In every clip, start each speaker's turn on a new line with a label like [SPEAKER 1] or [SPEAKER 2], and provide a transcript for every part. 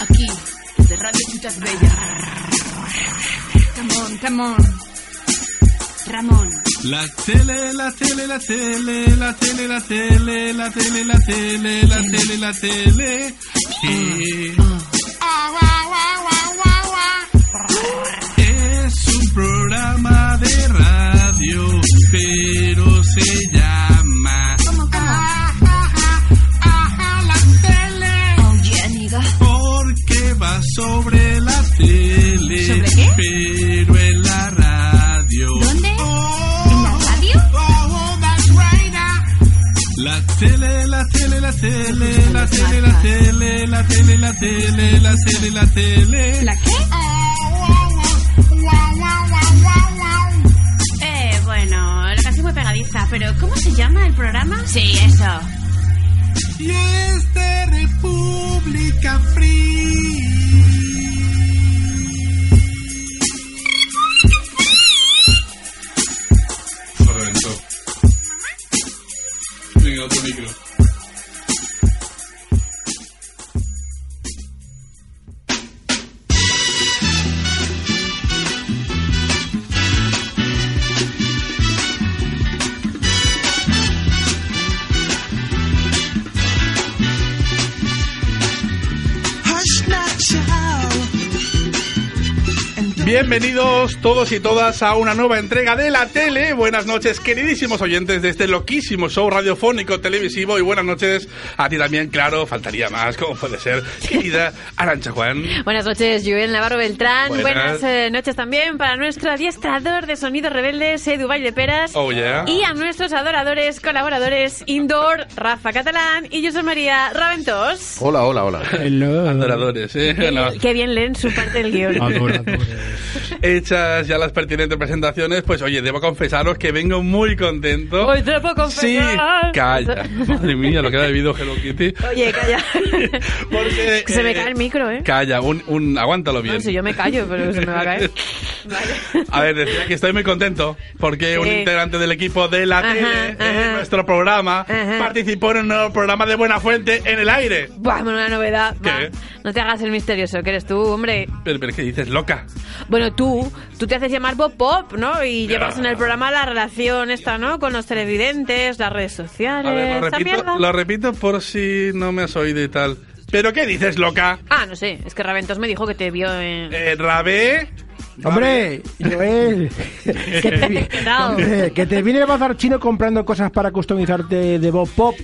[SPEAKER 1] Aquí, de Radio Chutas Bella. Camón, camón. Ramón.
[SPEAKER 2] La tele, la tele, la tele, la tele, la tele, la tele, la tele, la tele, la tele. Eh, Es un programa de radio, pero se llama
[SPEAKER 1] Oh yeah, nigga.
[SPEAKER 2] porque va sobre la tele.
[SPEAKER 1] ¿Sobre qué?
[SPEAKER 2] Pero en la radio.
[SPEAKER 1] ¿Dónde? ¿En la radio?
[SPEAKER 2] La tele, la tele, la tele, la tele, la tele, la tele, la tele, la tele, la tele.
[SPEAKER 1] ¿La qué? Eh, bueno, la canción muy pegadiza, pero ¿cómo se llama el programa? Sí, eso.
[SPEAKER 2] Y es de República Free. Se reventó. Venga, otro micro.
[SPEAKER 3] Bienvenidos todos y todas a una nueva entrega de la tele. Buenas noches, queridísimos oyentes de este loquísimo show radiofónico televisivo. Y buenas noches a ti también, claro, faltaría más, como puede ser, querida Arancha Juan.
[SPEAKER 4] Buenas noches, Joel Navarro Beltrán.
[SPEAKER 3] Buenas.
[SPEAKER 4] Buenas, eh, noches también para nuestro adiestrador de sonidos rebeldes, Edu Valle Peras.
[SPEAKER 3] Oh, yeah.
[SPEAKER 4] Y a nuestros adoradores, colaboradores, Indoor, Rafa Catalán y José María Raventos.
[SPEAKER 5] Hola, hola, hola.
[SPEAKER 3] Adoradores, ¿eh? No.
[SPEAKER 4] Qué bien leen su parte del guión.
[SPEAKER 3] Hechas ya las pertinentes presentaciones, pues oye, debo confesaros que vengo muy contento.
[SPEAKER 4] Hoy te lo puedo
[SPEAKER 3] Sí,
[SPEAKER 4] confesar.
[SPEAKER 3] calla. Madre mía, lo que ha bebido Hello Kitty.
[SPEAKER 4] Oye, calla.
[SPEAKER 3] Porque,
[SPEAKER 4] se me
[SPEAKER 3] eh,
[SPEAKER 4] cae el micro, ¿eh?
[SPEAKER 3] Calla, un, un- aguántalo bien.
[SPEAKER 4] No, si yo me callo, pero se me va a caer. Vale.
[SPEAKER 3] A ver, decía que estoy muy contento porque
[SPEAKER 4] Sí.
[SPEAKER 3] un integrante del equipo de la
[SPEAKER 4] Ajá,
[SPEAKER 3] tele, de
[SPEAKER 4] ajá.
[SPEAKER 3] nuestro programa,
[SPEAKER 4] Ajá.
[SPEAKER 3] participó en un nuevo programa de Buena Fuente en el aire.
[SPEAKER 4] Buah, una novedad.
[SPEAKER 3] ¿Qué?
[SPEAKER 4] Va, No te hagas el misterioso, que eres tú, hombre.
[SPEAKER 3] Pero, pero ¿qué dices, loca?
[SPEAKER 4] Bueno, tú, tú te haces llamar Bob Pop, ¿no? Y
[SPEAKER 3] Ya.
[SPEAKER 4] llevas en el programa la relación esta, ¿no? Con los televidentes, las redes sociales,
[SPEAKER 3] A ver, lo
[SPEAKER 4] esa mierda.
[SPEAKER 3] repito, lo repito por si no me has oído y tal. ¿Pero qué dices, loca?
[SPEAKER 4] Ah, no sé, es que Raventos me dijo que te vio en...
[SPEAKER 3] Eh, Rabé.
[SPEAKER 6] Hombre, Joel, que te, vi-
[SPEAKER 4] Claro.
[SPEAKER 6] hombre, que te viene el bazar chino comprando cosas para customizarte de Bob Pop.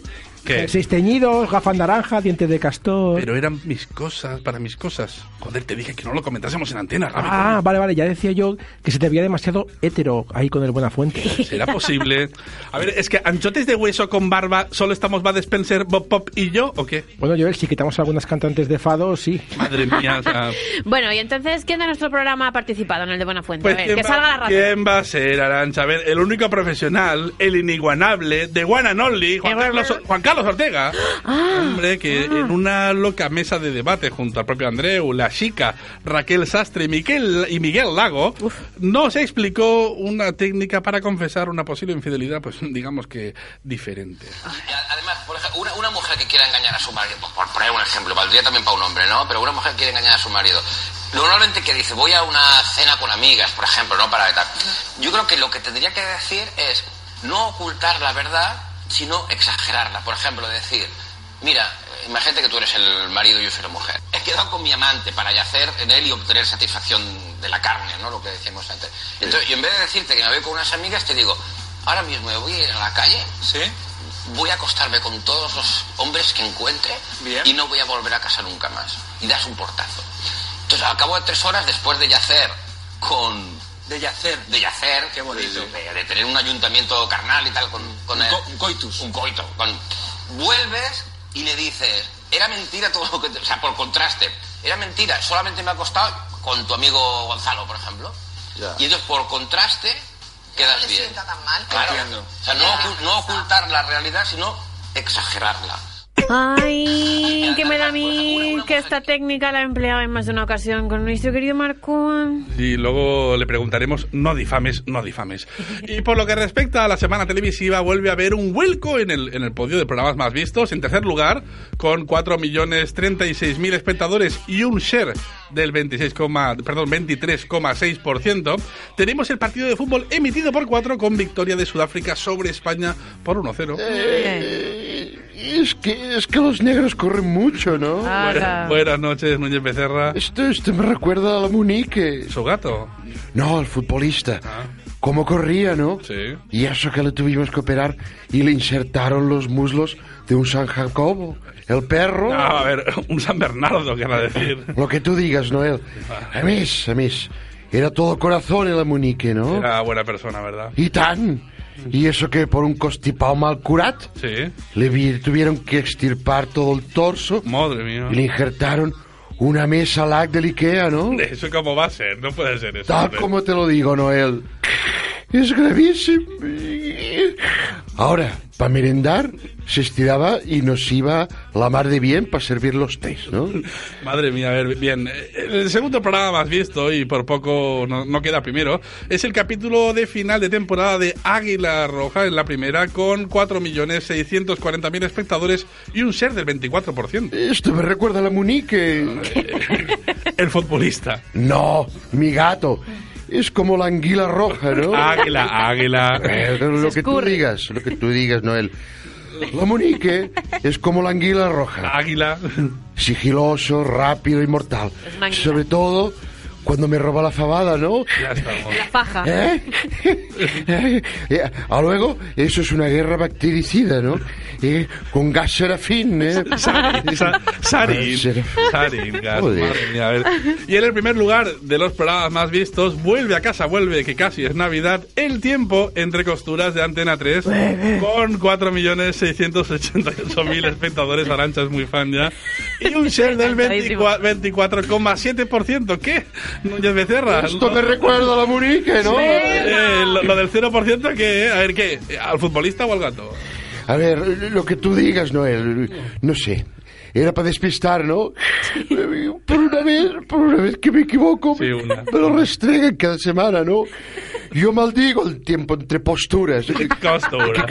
[SPEAKER 3] ¿Qué?
[SPEAKER 6] Seis teñidos, gafas naranja, dientes de castor.
[SPEAKER 3] Pero eran mis cosas, para mis cosas. Joder, te dije que no lo comentásemos en antena, Rabé.
[SPEAKER 6] Ah, vale, vale, ya decía yo que se te veía demasiado hétero ahí con el Buena Fuente.
[SPEAKER 3] ¿Será posible? A ver, es que anchotes de hueso con barba, ¿solo estamos Bad Spencer, Bob Pop y yo o qué?
[SPEAKER 6] Bueno, Joel, si quitamos algunas cantantes de Fado, sí.
[SPEAKER 3] Madre mía, o sea,
[SPEAKER 4] Bueno, y entonces, ¿quién de nuestro programa ha participado en el de Buena Fuente?
[SPEAKER 3] Pues
[SPEAKER 4] a ver,
[SPEAKER 3] ¿quién
[SPEAKER 4] que
[SPEAKER 3] va-
[SPEAKER 4] salga la razón.
[SPEAKER 3] ¿Quién va a ser, Arancha? A ver, el único profesional, el iniguanable, de One and Only, Juan
[SPEAKER 4] Eh,
[SPEAKER 3] Carlos,
[SPEAKER 4] bueno.
[SPEAKER 3] Juan Carlos Ortega.
[SPEAKER 4] Ah.
[SPEAKER 3] Hombre, que en una loca mesa de debate junto al propio Andreu, la chica, Raquel Sastre y Miguel, y Miguel Lago, nos explicó una técnica para confesar una posible infidelidad, pues digamos que diferente.
[SPEAKER 7] Y a- Además, por ejemplo, una, una mujer que quiera engañar a su marido, pues por- por poner un ejemplo, valdría también para un hombre, ¿no? Pero una mujer que quiere engañar a su marido. Normalmente que dice, voy a una cena con amigas, por ejemplo, ¿no? Para tal. Yo creo que lo que tendría que decir es no ocultar la verdad, sino exagerarla. Por ejemplo, decir, mira, imagínate que tú eres el marido y yo soy la mujer. He quedado con mi amante para yacer en él y obtener satisfacción de la carne, ¿no? Lo que decíamos antes. Entonces, yo en vez de decirte que me voy con unas amigas, te digo, ahora mismo me voy a ir a la calle, voy a acostarme con todos los hombres que encuentre y no voy a volver a casa nunca más. Y das un portazo. Entonces, al cabo de tres horas, después de yacer con... De yacer. De yacer. Qué bonito. De, de tener un ayuntamiento carnal y tal con... con el- un coitus. Un coito. con- vuelves y le dices, era mentira todo lo que... te-". O sea, por contraste, era mentira, solamente me ha costado con tu amigo Gonzalo, por ejemplo.
[SPEAKER 5] Ya.
[SPEAKER 7] Y entonces, por contraste, quedas
[SPEAKER 8] le
[SPEAKER 7] bien.
[SPEAKER 8] sienta tan mal.
[SPEAKER 7] Claro.
[SPEAKER 5] Entiendo.
[SPEAKER 7] O sea, no, ocu- no ocultar la realidad, sino exagerarla.
[SPEAKER 4] Ay, que me da a mí que esta técnica la he empleado en más de una ocasión con nuestro querido Marcón.
[SPEAKER 3] Y luego le preguntaremos, no difames, no difames. Y por lo que respecta a la semana televisiva, vuelve a haber un vuelco en el, en el podio de programas más vistos. En tercer lugar, con 4 millones 36 mil espectadores y un share del 26, coma- perdón, 23,6%, tenemos el partido de fútbol emitido por 4 con victoria de Sudáfrica sobre España por 1-0.
[SPEAKER 5] Eh, es, que, es que los negros corren mucho, ¿no?
[SPEAKER 3] Ah,
[SPEAKER 4] Ala.
[SPEAKER 3] Buenas noches, Núñez Becerra.
[SPEAKER 5] Esto, esto me recuerda a la Munique.
[SPEAKER 3] Su gato.
[SPEAKER 5] No, el futbolista. Cómo corría, ¿no?
[SPEAKER 3] Ah. Sí.
[SPEAKER 5] Y eso que le tuvimos que operar y le insertaron los muslos de un San Jacobo. El perro.
[SPEAKER 3] No, Ah, a ver, un San Bernardo, quiero decir.
[SPEAKER 5] Lo que tú digas, Noel.
[SPEAKER 3] Ah.
[SPEAKER 5] A mí, a mí. Era todo corazón el Munique, ¿no?
[SPEAKER 3] Era buena persona, ¿verdad?
[SPEAKER 5] Y tan. Y eso que por un constipado mal curat
[SPEAKER 3] Sí.
[SPEAKER 5] le vi- tuvieron que extirpar todo el torso
[SPEAKER 3] Madre mía.
[SPEAKER 5] y le injertaron una mesa lag del Ikea, ¿no?
[SPEAKER 3] Eso como va a ser, no puede ser eso.
[SPEAKER 5] Tal
[SPEAKER 3] hombre.
[SPEAKER 5] como te lo digo, Noel. Es gravísimo. Ahora, para merendar, se estiraba y nos iba la mar de bien para servir los tés, ¿no?
[SPEAKER 3] Madre mía, a ver, bien. eh, El segundo programa más visto, y por poco no, no queda primero, es el capítulo de final de temporada de Águila Roja en la primera, con 4.640.000 espectadores y un share del 24%.
[SPEAKER 5] Esto me recuerda a la Munique.
[SPEAKER 3] El futbolista.
[SPEAKER 5] No, mi gato. Es como la anguila roja, ¿no?
[SPEAKER 3] Águila, águila.
[SPEAKER 5] Eh, lo que tú digas, lo que tú digas, Noel. La Munique es como la anguila roja.
[SPEAKER 3] Águila.
[SPEAKER 5] sigiloso, rápido y mortal.
[SPEAKER 4] una anguila.
[SPEAKER 5] Sobre todo cuando me roba la fabada, ¿no?
[SPEAKER 3] Ya estamos.
[SPEAKER 4] La faja.
[SPEAKER 5] ¿Eh? Eh, A luego, eso es una guerra bactericida, ¿no? Eh, con gas serafín, ¿eh?
[SPEAKER 3] Sarin, sa- Sarin,
[SPEAKER 5] Ser-
[SPEAKER 3] Sarin, gas,
[SPEAKER 5] Joder.
[SPEAKER 3] madre mía, a ver. Y en el primer lugar de los programas más vistos, vuelve a casa, vuelve, que casi es Navidad, el tiempo entre costuras de Antena 3, con 4.688.000 espectadores, Arancha es muy fan ya, y un share del 24 24,7%, ¿qué? Núñez Becerra.
[SPEAKER 5] Esto me
[SPEAKER 3] lo,
[SPEAKER 5] recuerda a la Munique, ¿no?
[SPEAKER 3] eh, lo- lo del 0%, que, a ver, ¿qué? ¿Al futbolista o al gato?
[SPEAKER 5] A ver, lo que tú digas, Noel, no sé. Era para despistar, ¿no? Por una vez, por una vez que me equivoco,
[SPEAKER 3] Sí, una.
[SPEAKER 5] me lo restregan cada semana, ¿no? Yo maldigo el tiempo entre posturas.
[SPEAKER 3] Costura.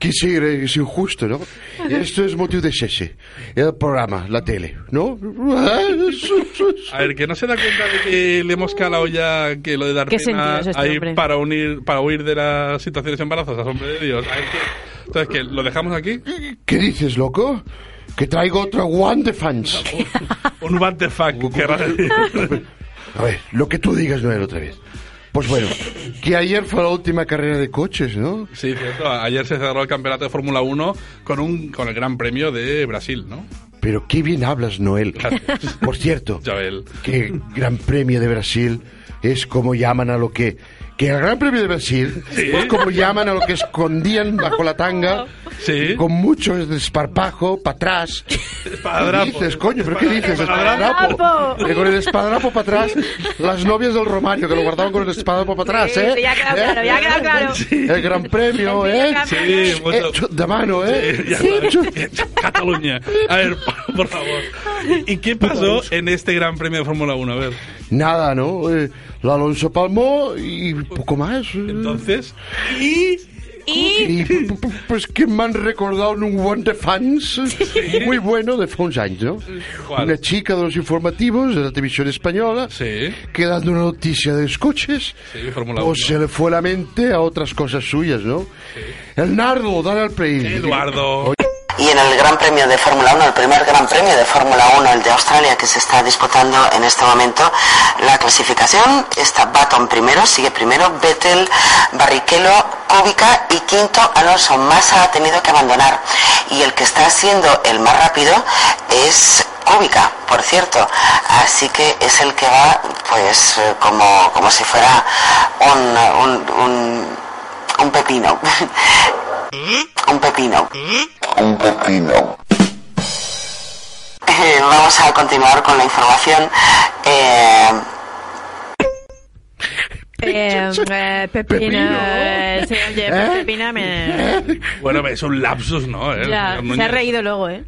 [SPEAKER 5] Que sí, es injusto, ¿no? Esto es motivo de cese. El programa, la tele, ¿no?
[SPEAKER 3] A ver, que no se da cuenta de que le hemos calado ya que lo de dar
[SPEAKER 4] ¿Qué sentido
[SPEAKER 3] pena
[SPEAKER 4] es este
[SPEAKER 3] ahí
[SPEAKER 4] hombre?
[SPEAKER 3] para unir, para huir de las situaciones embarazosas, hombre de Dios. A ver, que- entonces que lo dejamos aquí,
[SPEAKER 5] ¿Qué dices, loco? Que traigo otro one de fans.
[SPEAKER 3] un what the fuck, querrá decir.
[SPEAKER 5] A ver, lo que tú digas, Noel, otra vez. Pues bueno, que ayer fue la última carrera de coches, ¿no?
[SPEAKER 3] Sí, cierto. Ayer se cerró el campeonato de Fórmula 1 con un con el Gran Premio de Brasil, ¿no?
[SPEAKER 5] Pero qué bien hablas, Noel.
[SPEAKER 3] Gracias.
[SPEAKER 5] Por cierto,
[SPEAKER 3] Joel.
[SPEAKER 5] que Gran Premio de Brasil es como llaman a lo que... Que el Gran Premio de Brasil es como llaman a lo que escondían bajo la tanga
[SPEAKER 3] Sí.
[SPEAKER 5] con mucho desparpajo para atrás. ¿Qué
[SPEAKER 3] Espadrapo.
[SPEAKER 5] dices, coño? ¿Pero qué dices?
[SPEAKER 3] Espadrapo.
[SPEAKER 5] Espadrapo.
[SPEAKER 4] pues.
[SPEAKER 5] Que con el espadrapo para atrás, las novias del Romario, que lo guardaban con el espadrapo para atrás,
[SPEAKER 4] Sí,
[SPEAKER 5] ¿eh?
[SPEAKER 4] sí, ya ha quedado
[SPEAKER 5] ¿Eh?
[SPEAKER 4] claro, ya ha quedado claro.
[SPEAKER 5] El Gran Premio, ¿eh?
[SPEAKER 3] Sí, mucho-
[SPEAKER 5] Eh, chu- de mano, ¿eh?
[SPEAKER 3] Eh, ya está. Cataluña. A ver, por, por favor. ¿Y qué pasó en este Gran Premio de Fórmula 1? A ver.
[SPEAKER 5] Nada, ¿no? Eh, la Alonso palmó y poco más. eh.
[SPEAKER 3] Entonces, y
[SPEAKER 5] Y p- p- pues que me han recordado en un one de fans muy bueno de fans años, ¿no?
[SPEAKER 3] ¿Cuál?
[SPEAKER 5] Una chica de los informativos de la televisión española
[SPEAKER 3] Sí.
[SPEAKER 5] que dando una noticia de los coches
[SPEAKER 3] Sí, Fórmula
[SPEAKER 5] o
[SPEAKER 3] 1.
[SPEAKER 5] se le fue la mente a otras cosas suyas, ¿no? El nardo, dale al play.
[SPEAKER 3] Eduardo.
[SPEAKER 8] Y en el Gran Premio de Fórmula 1, el primer Gran Premio de Fórmula 1, el de Australia, que se está disputando en este momento la clasificación, está Baton primero, sigue primero Vettel, Barrichello, Kubica y quinto Alonso. Massa ha tenido que abandonar y el que está siendo el más rápido es Kubica, por cierto. Así que es el que va, pues, eh, como, como si fuera un, un, un, un pepino. un pepino. Eh, vamos a continuar con la información. Eh,
[SPEAKER 4] Eh, eh, pepino. eh, sí, oye,
[SPEAKER 5] ¿Eh?
[SPEAKER 4] pepina me...
[SPEAKER 3] Bueno, es un lapsus, ¿no? El ¿Eh? señor
[SPEAKER 4] Ya, se ha
[SPEAKER 3] Núñez.
[SPEAKER 4] reído luego, ¿eh?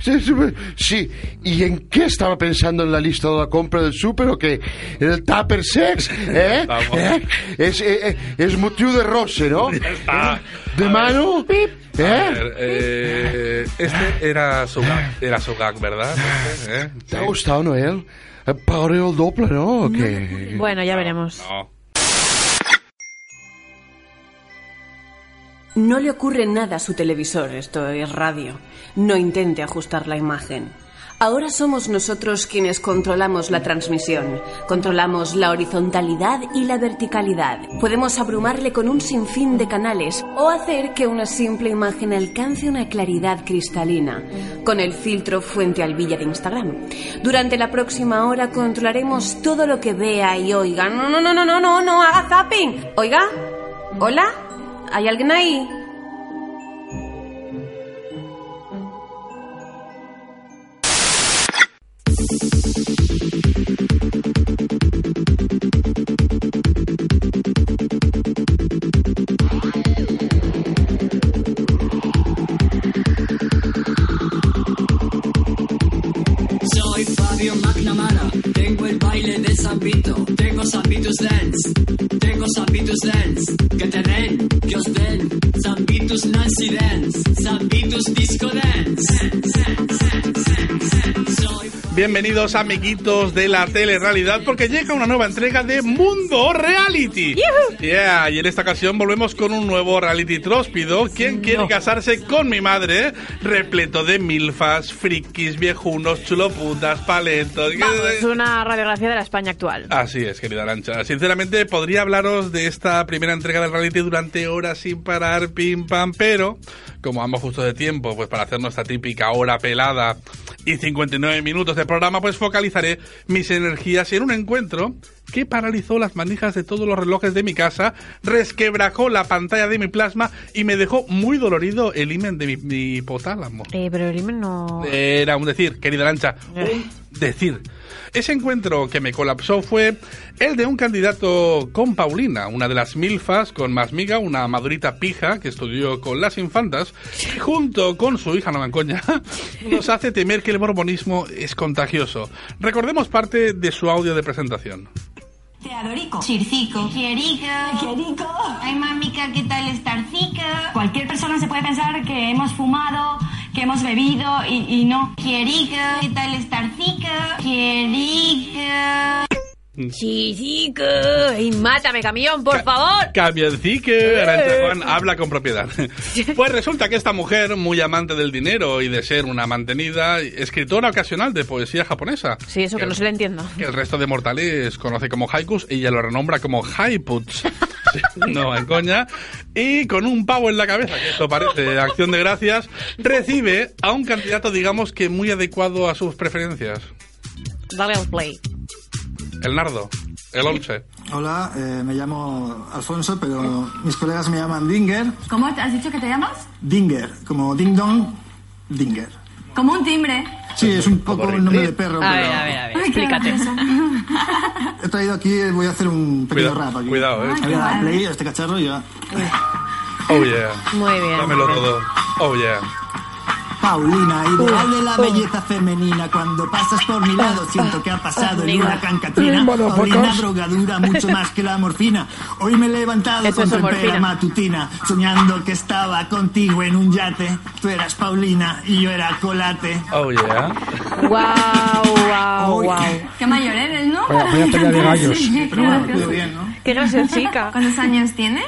[SPEAKER 5] Sí, sí, Sí, ¿y en qué estaba pensando en la lista de la compra del súper o qué? ¿El tupper sex? ¿Eh?
[SPEAKER 3] Vamos.
[SPEAKER 5] ¿Eh? Es, eh, eh, es motiu de roce, ¿no? ¿Eh?
[SPEAKER 3] Ya está.
[SPEAKER 5] ¿De mano?
[SPEAKER 3] A
[SPEAKER 5] ¿Eh?
[SPEAKER 3] ver, eh, este era su gag, era su gag, ¿verdad? Este, ¿eh?
[SPEAKER 5] ¿Te ha gustado, Noel? Eh, Pagaré el doble, ¿no? ¿O qué?
[SPEAKER 4] Bueno, ya veremos.
[SPEAKER 3] No.
[SPEAKER 9] No le ocurre nada a su televisor, esto es radio. No intente ajustar la imagen. Ahora somos nosotros quienes controlamos la transmisión. Controlamos la horizontalidad y la verticalidad. Podemos abrumarle con un sinfín de canales o hacer que una simple imagen alcance una claridad cristalina con el filtro Fuente Alvilla de Instagram. Durante la próxima hora controlaremos todo lo que vea y oiga. No, no, no, no, no, no, no, haga zapping. Oiga, hola. ¿Hay alguien ahí? Soy Fabio McNamara, tengo el baile de San Vito, tengo San Vitus Dance, tengo San Vitus Dance, que te den, que os den, San Vitus Nancy Dance, San Vitus Disco Dance. Soy
[SPEAKER 3] Bienvenidos amiguitos de la telerrealidad porque llega una nueva entrega de Mundo Reality. Yeah, y en esta ocasión volvemos con un nuevo reality tróspido. ¿Quién quiere casarse con mi madre? Repleto de milfas, frikis, viejunos, chuloputas, paletos.
[SPEAKER 4] Vamos, una radiografía de la España actual.
[SPEAKER 3] Así es, querida Arancha. Sinceramente, podría hablaros de esta primera entrega del reality durante horas sin parar, pim pam, pero como vamos justo de tiempo, pues para hacer nuestra típica hora pelada y 59 minutos de programa, pues focalizaré mis energías en un encuentro que paralizó las manijas de todos los relojes de mi casa, resquebrajó la pantalla de mi plasma y me dejó muy dolorido el imen de mi, mi hipotálamo.
[SPEAKER 4] Eh, pero el himen no...
[SPEAKER 3] Era un decir, querida Lancha.
[SPEAKER 4] Eh.
[SPEAKER 3] Un decir. Ese encuentro que me colapsó fue el de un candidato con Paulina, una de las milfas con más miga, una madurita pija que estudió con las infantas, y junto con su hija, no me encoña, nos hace temer que el borbonismo es contagioso. Recordemos parte de su audio de presentación.
[SPEAKER 9] Te adorico.
[SPEAKER 1] Chircico. Chierico. Ay, mamica, ¿qué tal estar cica? Cualquier persona se puede pensar que hemos fumado, que hemos bebido y, y no. Chierico. ¿Qué tal estar cica? Chierico.
[SPEAKER 4] Chisico. ¡Ay, mátame, camión, por favor!
[SPEAKER 3] Camioncique, Arantxa Juan, habla con propiedad. Pues resulta que esta mujer, muy amante del dinero y de ser una mantenida, escritora ocasional de poesía japonesa.
[SPEAKER 4] Sí, eso que no se le entiendo.
[SPEAKER 3] que el resto de mortales conoce como haikus y ella lo renombra como haiputs. Sí, No, en coña. Y con un pavo en la cabeza, que eso parece acción de gracias, recibe a un candidato, digamos que muy adecuado a sus preferencias.
[SPEAKER 4] Dale al play.
[SPEAKER 3] El nardo, el once.
[SPEAKER 9] Hola, eh, me llamo Alfonso, pero mis colegas me llaman Dinger.
[SPEAKER 1] ¿Cómo has dicho que te llamas?
[SPEAKER 9] Dinger, como Ding Dong, Dinger.
[SPEAKER 1] Como un timbre.
[SPEAKER 9] Sí, es un poco un nombre de perro,
[SPEAKER 4] A ver,
[SPEAKER 9] pero
[SPEAKER 4] a ver, a ver,
[SPEAKER 1] Ay, qué
[SPEAKER 4] explícate.
[SPEAKER 9] he traído aquí, voy a hacer un pequeño
[SPEAKER 3] Cuidado,
[SPEAKER 9] rap aquí.
[SPEAKER 3] cuidado, eh.
[SPEAKER 9] Voy a dar play a este cacharro y ya.
[SPEAKER 3] Oh yeah.
[SPEAKER 4] Muy bien.
[SPEAKER 3] Dámelo todo. Oh yeah.
[SPEAKER 9] Paulina, ideal de la belleza femenina. Cuando pasas por mi lado, siento que ha pasado el huracán Katrina. Paulina, drogadura, mucho más que la morfina. Hoy me he levantado
[SPEAKER 4] Eso
[SPEAKER 9] con
[SPEAKER 4] es
[SPEAKER 9] tu
[SPEAKER 4] morfina.
[SPEAKER 9] pera matutina, soñando que estaba contigo en un yate. Tú eras Paulina y yo era Colate.
[SPEAKER 3] Oh yeah.
[SPEAKER 4] Guau, guau, guau.
[SPEAKER 1] Qué mayor eres, ¿no?
[SPEAKER 6] Vaya- vaya pelea de gallos.
[SPEAKER 1] Sí.
[SPEAKER 9] Pero bueno, todo bien, ¿no?
[SPEAKER 4] Qué gracia, chica.
[SPEAKER 1] ¿Cuántos años tienes?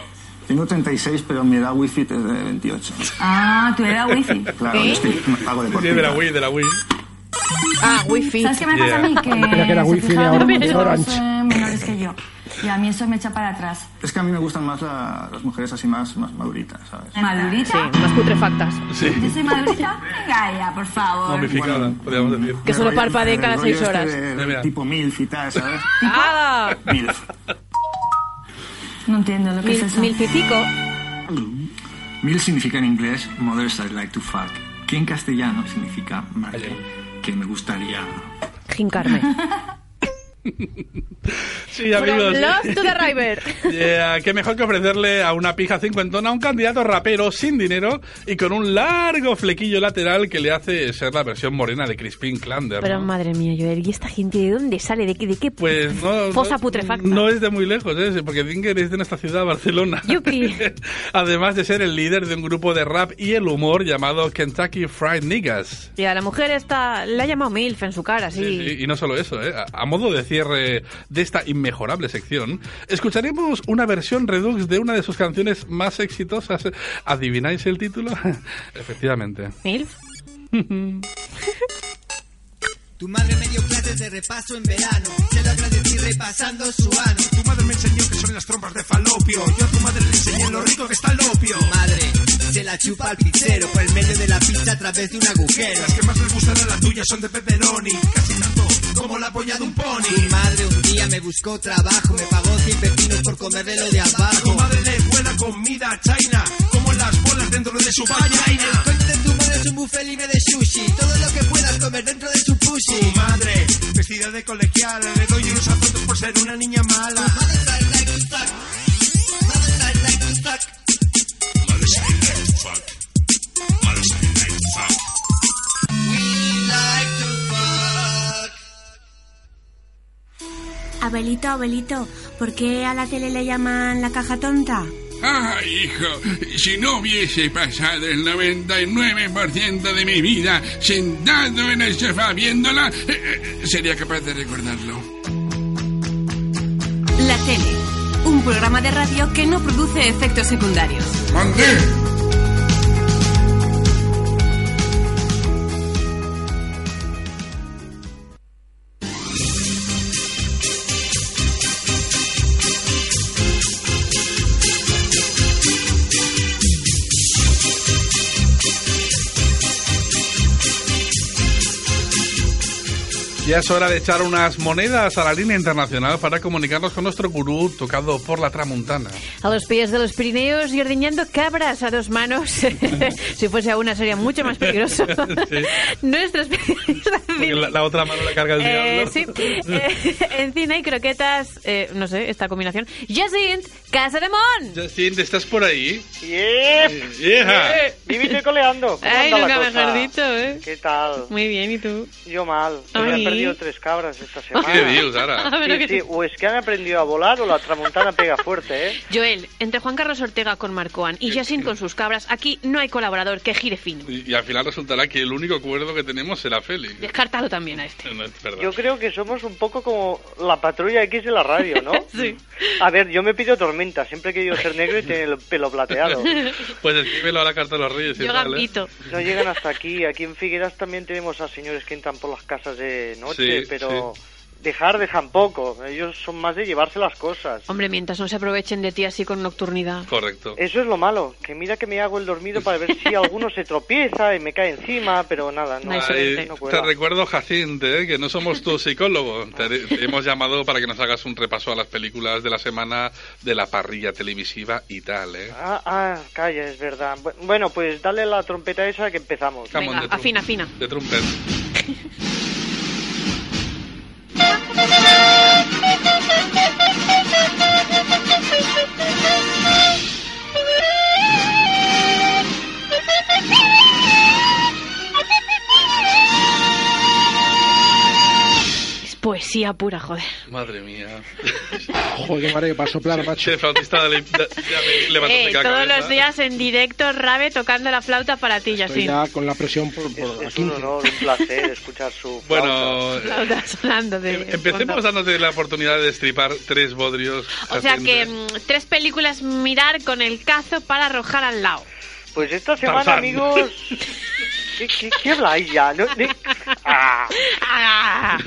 [SPEAKER 9] Tengo 36, pero mi edad wifi es de 28.
[SPEAKER 1] Ah, tú eras wifi.
[SPEAKER 9] Claro, yo estoy, me pago de
[SPEAKER 3] Sí, de la Wii, de la Wii.
[SPEAKER 4] Ah, wifi.
[SPEAKER 1] ¿Sabes qué me pasa a mí? Que,
[SPEAKER 6] Espera que era
[SPEAKER 1] se
[SPEAKER 6] wifi de
[SPEAKER 1] fijaban
[SPEAKER 6] ahora-
[SPEAKER 1] mucho
[SPEAKER 6] de
[SPEAKER 1] los,
[SPEAKER 6] Orange.
[SPEAKER 1] eh, menores que yo. Y a mí eso me echa para atrás.
[SPEAKER 9] Es que a mí me gustan más la- las mujeres así más, más maduritas, ¿sabes?
[SPEAKER 1] ¿Madurita?
[SPEAKER 4] Sí, unas putrefactas.
[SPEAKER 1] ¿Yo soy madurita? Venga ya, por favor.
[SPEAKER 3] Momificada, podríamos decir.
[SPEAKER 4] Que
[SPEAKER 9] Pero,
[SPEAKER 4] solo
[SPEAKER 9] oye,
[SPEAKER 4] parpadean
[SPEAKER 9] el
[SPEAKER 4] cada
[SPEAKER 9] rollo
[SPEAKER 4] seis
[SPEAKER 9] este
[SPEAKER 4] horas.
[SPEAKER 9] de-
[SPEAKER 3] Mira, mira.
[SPEAKER 9] tipo milf y tal, ¿sabes?
[SPEAKER 4] ¡Ah!
[SPEAKER 9] Milf.
[SPEAKER 1] No entiendo lo que
[SPEAKER 4] Mil,
[SPEAKER 1] es eso.
[SPEAKER 4] milficico.
[SPEAKER 9] Milf significa en inglés Mother's I like to fuck.
[SPEAKER 10] que en castellano significa madre, que me gustaría...
[SPEAKER 4] Jincarme.
[SPEAKER 3] Sí, amigos.
[SPEAKER 4] From Lost to the River.
[SPEAKER 3] Yeah, qué mejor que ofrecerle a una pija cincuentona a un candidato rapero sin dinero y con un largo flequillo lateral que le hace ser la versión morena de Crispin Klander.
[SPEAKER 4] Pero madre mía, Joel, ¿y esta gente de dónde sale? ¿De qué? ¿De qué?
[SPEAKER 3] Pues no,
[SPEAKER 4] Fosa
[SPEAKER 3] no-
[SPEAKER 4] putrefacta.
[SPEAKER 3] No es de muy lejos, ¿eh? porque Dinger es de nuestra ciudad, Barcelona. Además de ser el líder de un grupo de rap y el humor llamado Kentucky Fried Niggas.
[SPEAKER 4] Y a Pues, la mujer esta le ha llamado MILF en su cara, sí.
[SPEAKER 3] Y, y no solo eso, ¿eh? a, a modo de cierre de esta inmejorable sección, escucharemos una versión redux de una de sus canciones más exitosas. ¿Adivináis el título? Efectivamente.
[SPEAKER 4] ¿MILF?
[SPEAKER 11] Tu madre me dio clases de repaso en verano. Se lo agradecí repasando su ano. Tu madre me enseñó que son las trompas de falopio. Yo a tu madre le enseñé lo rico que está el opio. Tu madre se la chupa al pizzero por el medio de la pizza a través de un agujero. Las que más les gustan a las tuyas son de pepperoni. Casi tanto como la polla de un pony. Tu madre un día me buscó trabajo. Me pagó 100 pepinos por comerle lo de abajo. Tu madre le fue la comida a China. Como las bolas dentro de su vaina. Tu madre es un buffet libre de sushi. Todo lo que puedas comer dentro de su pussy. Tu madre, vestida de colegial. Le doy unos zapatos por ser una niña mala.
[SPEAKER 12] Abelito, Abelito, ¿por qué a la tele le llaman la caja tonta?
[SPEAKER 13] Ah, hijo, si no hubiese pasado el 99% de mi vida sentado en el sofá viéndola, eh, eh, sería capaz de recordarlo.
[SPEAKER 9] La tele, un programa de radio que no produce efectos secundarios.
[SPEAKER 3] Ya es hora de echar unas monedas a la línea internacional para comunicarnos con nuestro gurú tocado por la tramuntana.
[SPEAKER 4] A los pies de los Pirineos y ordeñando cabras a dos manos. si fuese a una sería mucho más peligroso.
[SPEAKER 3] Sí,
[SPEAKER 4] Nuestros
[SPEAKER 3] porque la, la otra mano la carga el
[SPEAKER 4] Eh,
[SPEAKER 3] diablo.
[SPEAKER 4] sí, Eh, encina y croquetas, eh, no sé, esta combinación. Jacint, Casa de Mon.
[SPEAKER 3] Jacint, ¿estás por ahí?
[SPEAKER 14] ¡Yep!
[SPEAKER 3] Vieja.
[SPEAKER 14] Eh, vivito y coleando. ¿Cómo
[SPEAKER 4] Ay,
[SPEAKER 14] anda la
[SPEAKER 4] nunca
[SPEAKER 14] cosa?
[SPEAKER 4] mejor dicho, ¿eh?
[SPEAKER 14] ¿Qué tal?
[SPEAKER 4] Muy bien, ¿y tú?
[SPEAKER 14] Yo mal. Pues
[SPEAKER 4] Ay.
[SPEAKER 14] Me han perdido tres cabras esta semana.
[SPEAKER 3] Ah, ¿Qué dios, Sara?
[SPEAKER 4] Ah, Pero
[SPEAKER 14] Sí,
[SPEAKER 4] que
[SPEAKER 14] sí,
[SPEAKER 4] sí.
[SPEAKER 14] o es que han aprendido a volar o la tramontana pega fuerte, ¿eh?
[SPEAKER 4] Joel, entre Juan Carlos Ortega con Marcoan y Jacint con sus cabras, aquí no hay colaborador que gire fino.
[SPEAKER 3] Y, y al final resultará que el único acuerdo que tenemos será Félix. Eh,
[SPEAKER 4] Descártalo también a este.
[SPEAKER 3] No, es verdad.
[SPEAKER 14] Yo creo que somos un poco como la patrulla X de la radio, ¿no? Sí. A ver, yo me pido tormenta. Siempre he querido ser negro y tener el pelo plateado.
[SPEAKER 3] Pues escríbelo a la carta de los reyes. y tal, ¿eh?
[SPEAKER 14] No llegan hasta aquí. Aquí en Figueras también tenemos a señores que entran por las casas de noche,
[SPEAKER 3] Sí,
[SPEAKER 14] pero dejar dejan poco. Ellos son más de llevarse las cosas.
[SPEAKER 4] Hombre, mientras no se aprovechen de ti así con nocturnidad.
[SPEAKER 3] Correcto.
[SPEAKER 14] Eso es lo malo, que mira que me hago el dormido para ver si alguno se tropieza y me cae encima, pero nada, no,
[SPEAKER 3] Ay,
[SPEAKER 14] no
[SPEAKER 3] te
[SPEAKER 14] cuela.
[SPEAKER 3] recuerdo, Jacint, eh, que no somos tu psicólogo. Te, te hemos llamado para que nos hagas un repaso a las películas de la semana de la parrilla televisiva y tal. ¿eh?
[SPEAKER 14] Ah, ah, calla, es verdad. Bu- Bueno, pues dale la trompeta esa que empezamos. Pues
[SPEAKER 3] Come on, Venga, the trumpet.
[SPEAKER 4] afina, afina.
[SPEAKER 3] De Trumpet.
[SPEAKER 4] Es poesía pura, joder.
[SPEAKER 3] Madre mía.
[SPEAKER 6] Joder, qué madre que para soplar, macho.
[SPEAKER 3] Che, flautista, le- da- ya me levantaste
[SPEAKER 4] Eh,
[SPEAKER 3] la
[SPEAKER 4] todos
[SPEAKER 3] cabeza.
[SPEAKER 4] los días en directo, Rabe tocando la flauta para ti,
[SPEAKER 6] Estoy
[SPEAKER 4] Jacint.
[SPEAKER 6] Pues ya con la presión por, por la
[SPEAKER 14] Es un
[SPEAKER 6] 15.
[SPEAKER 14] honor, un placer escuchar su...
[SPEAKER 3] Bueno, eh,
[SPEAKER 4] Flauta sonando de...
[SPEAKER 3] empecemos dándote la oportunidad de destripar tres bodrios.
[SPEAKER 4] O sea
[SPEAKER 3] Jacint.
[SPEAKER 4] que mm, tres películas mirar con el cazo para arrojar al lado.
[SPEAKER 14] Pues esta semana,
[SPEAKER 3] Tarzán.
[SPEAKER 14] amigos... ¿Qué, qué, qué habláis ya? No, ni- Ah.
[SPEAKER 3] Ah.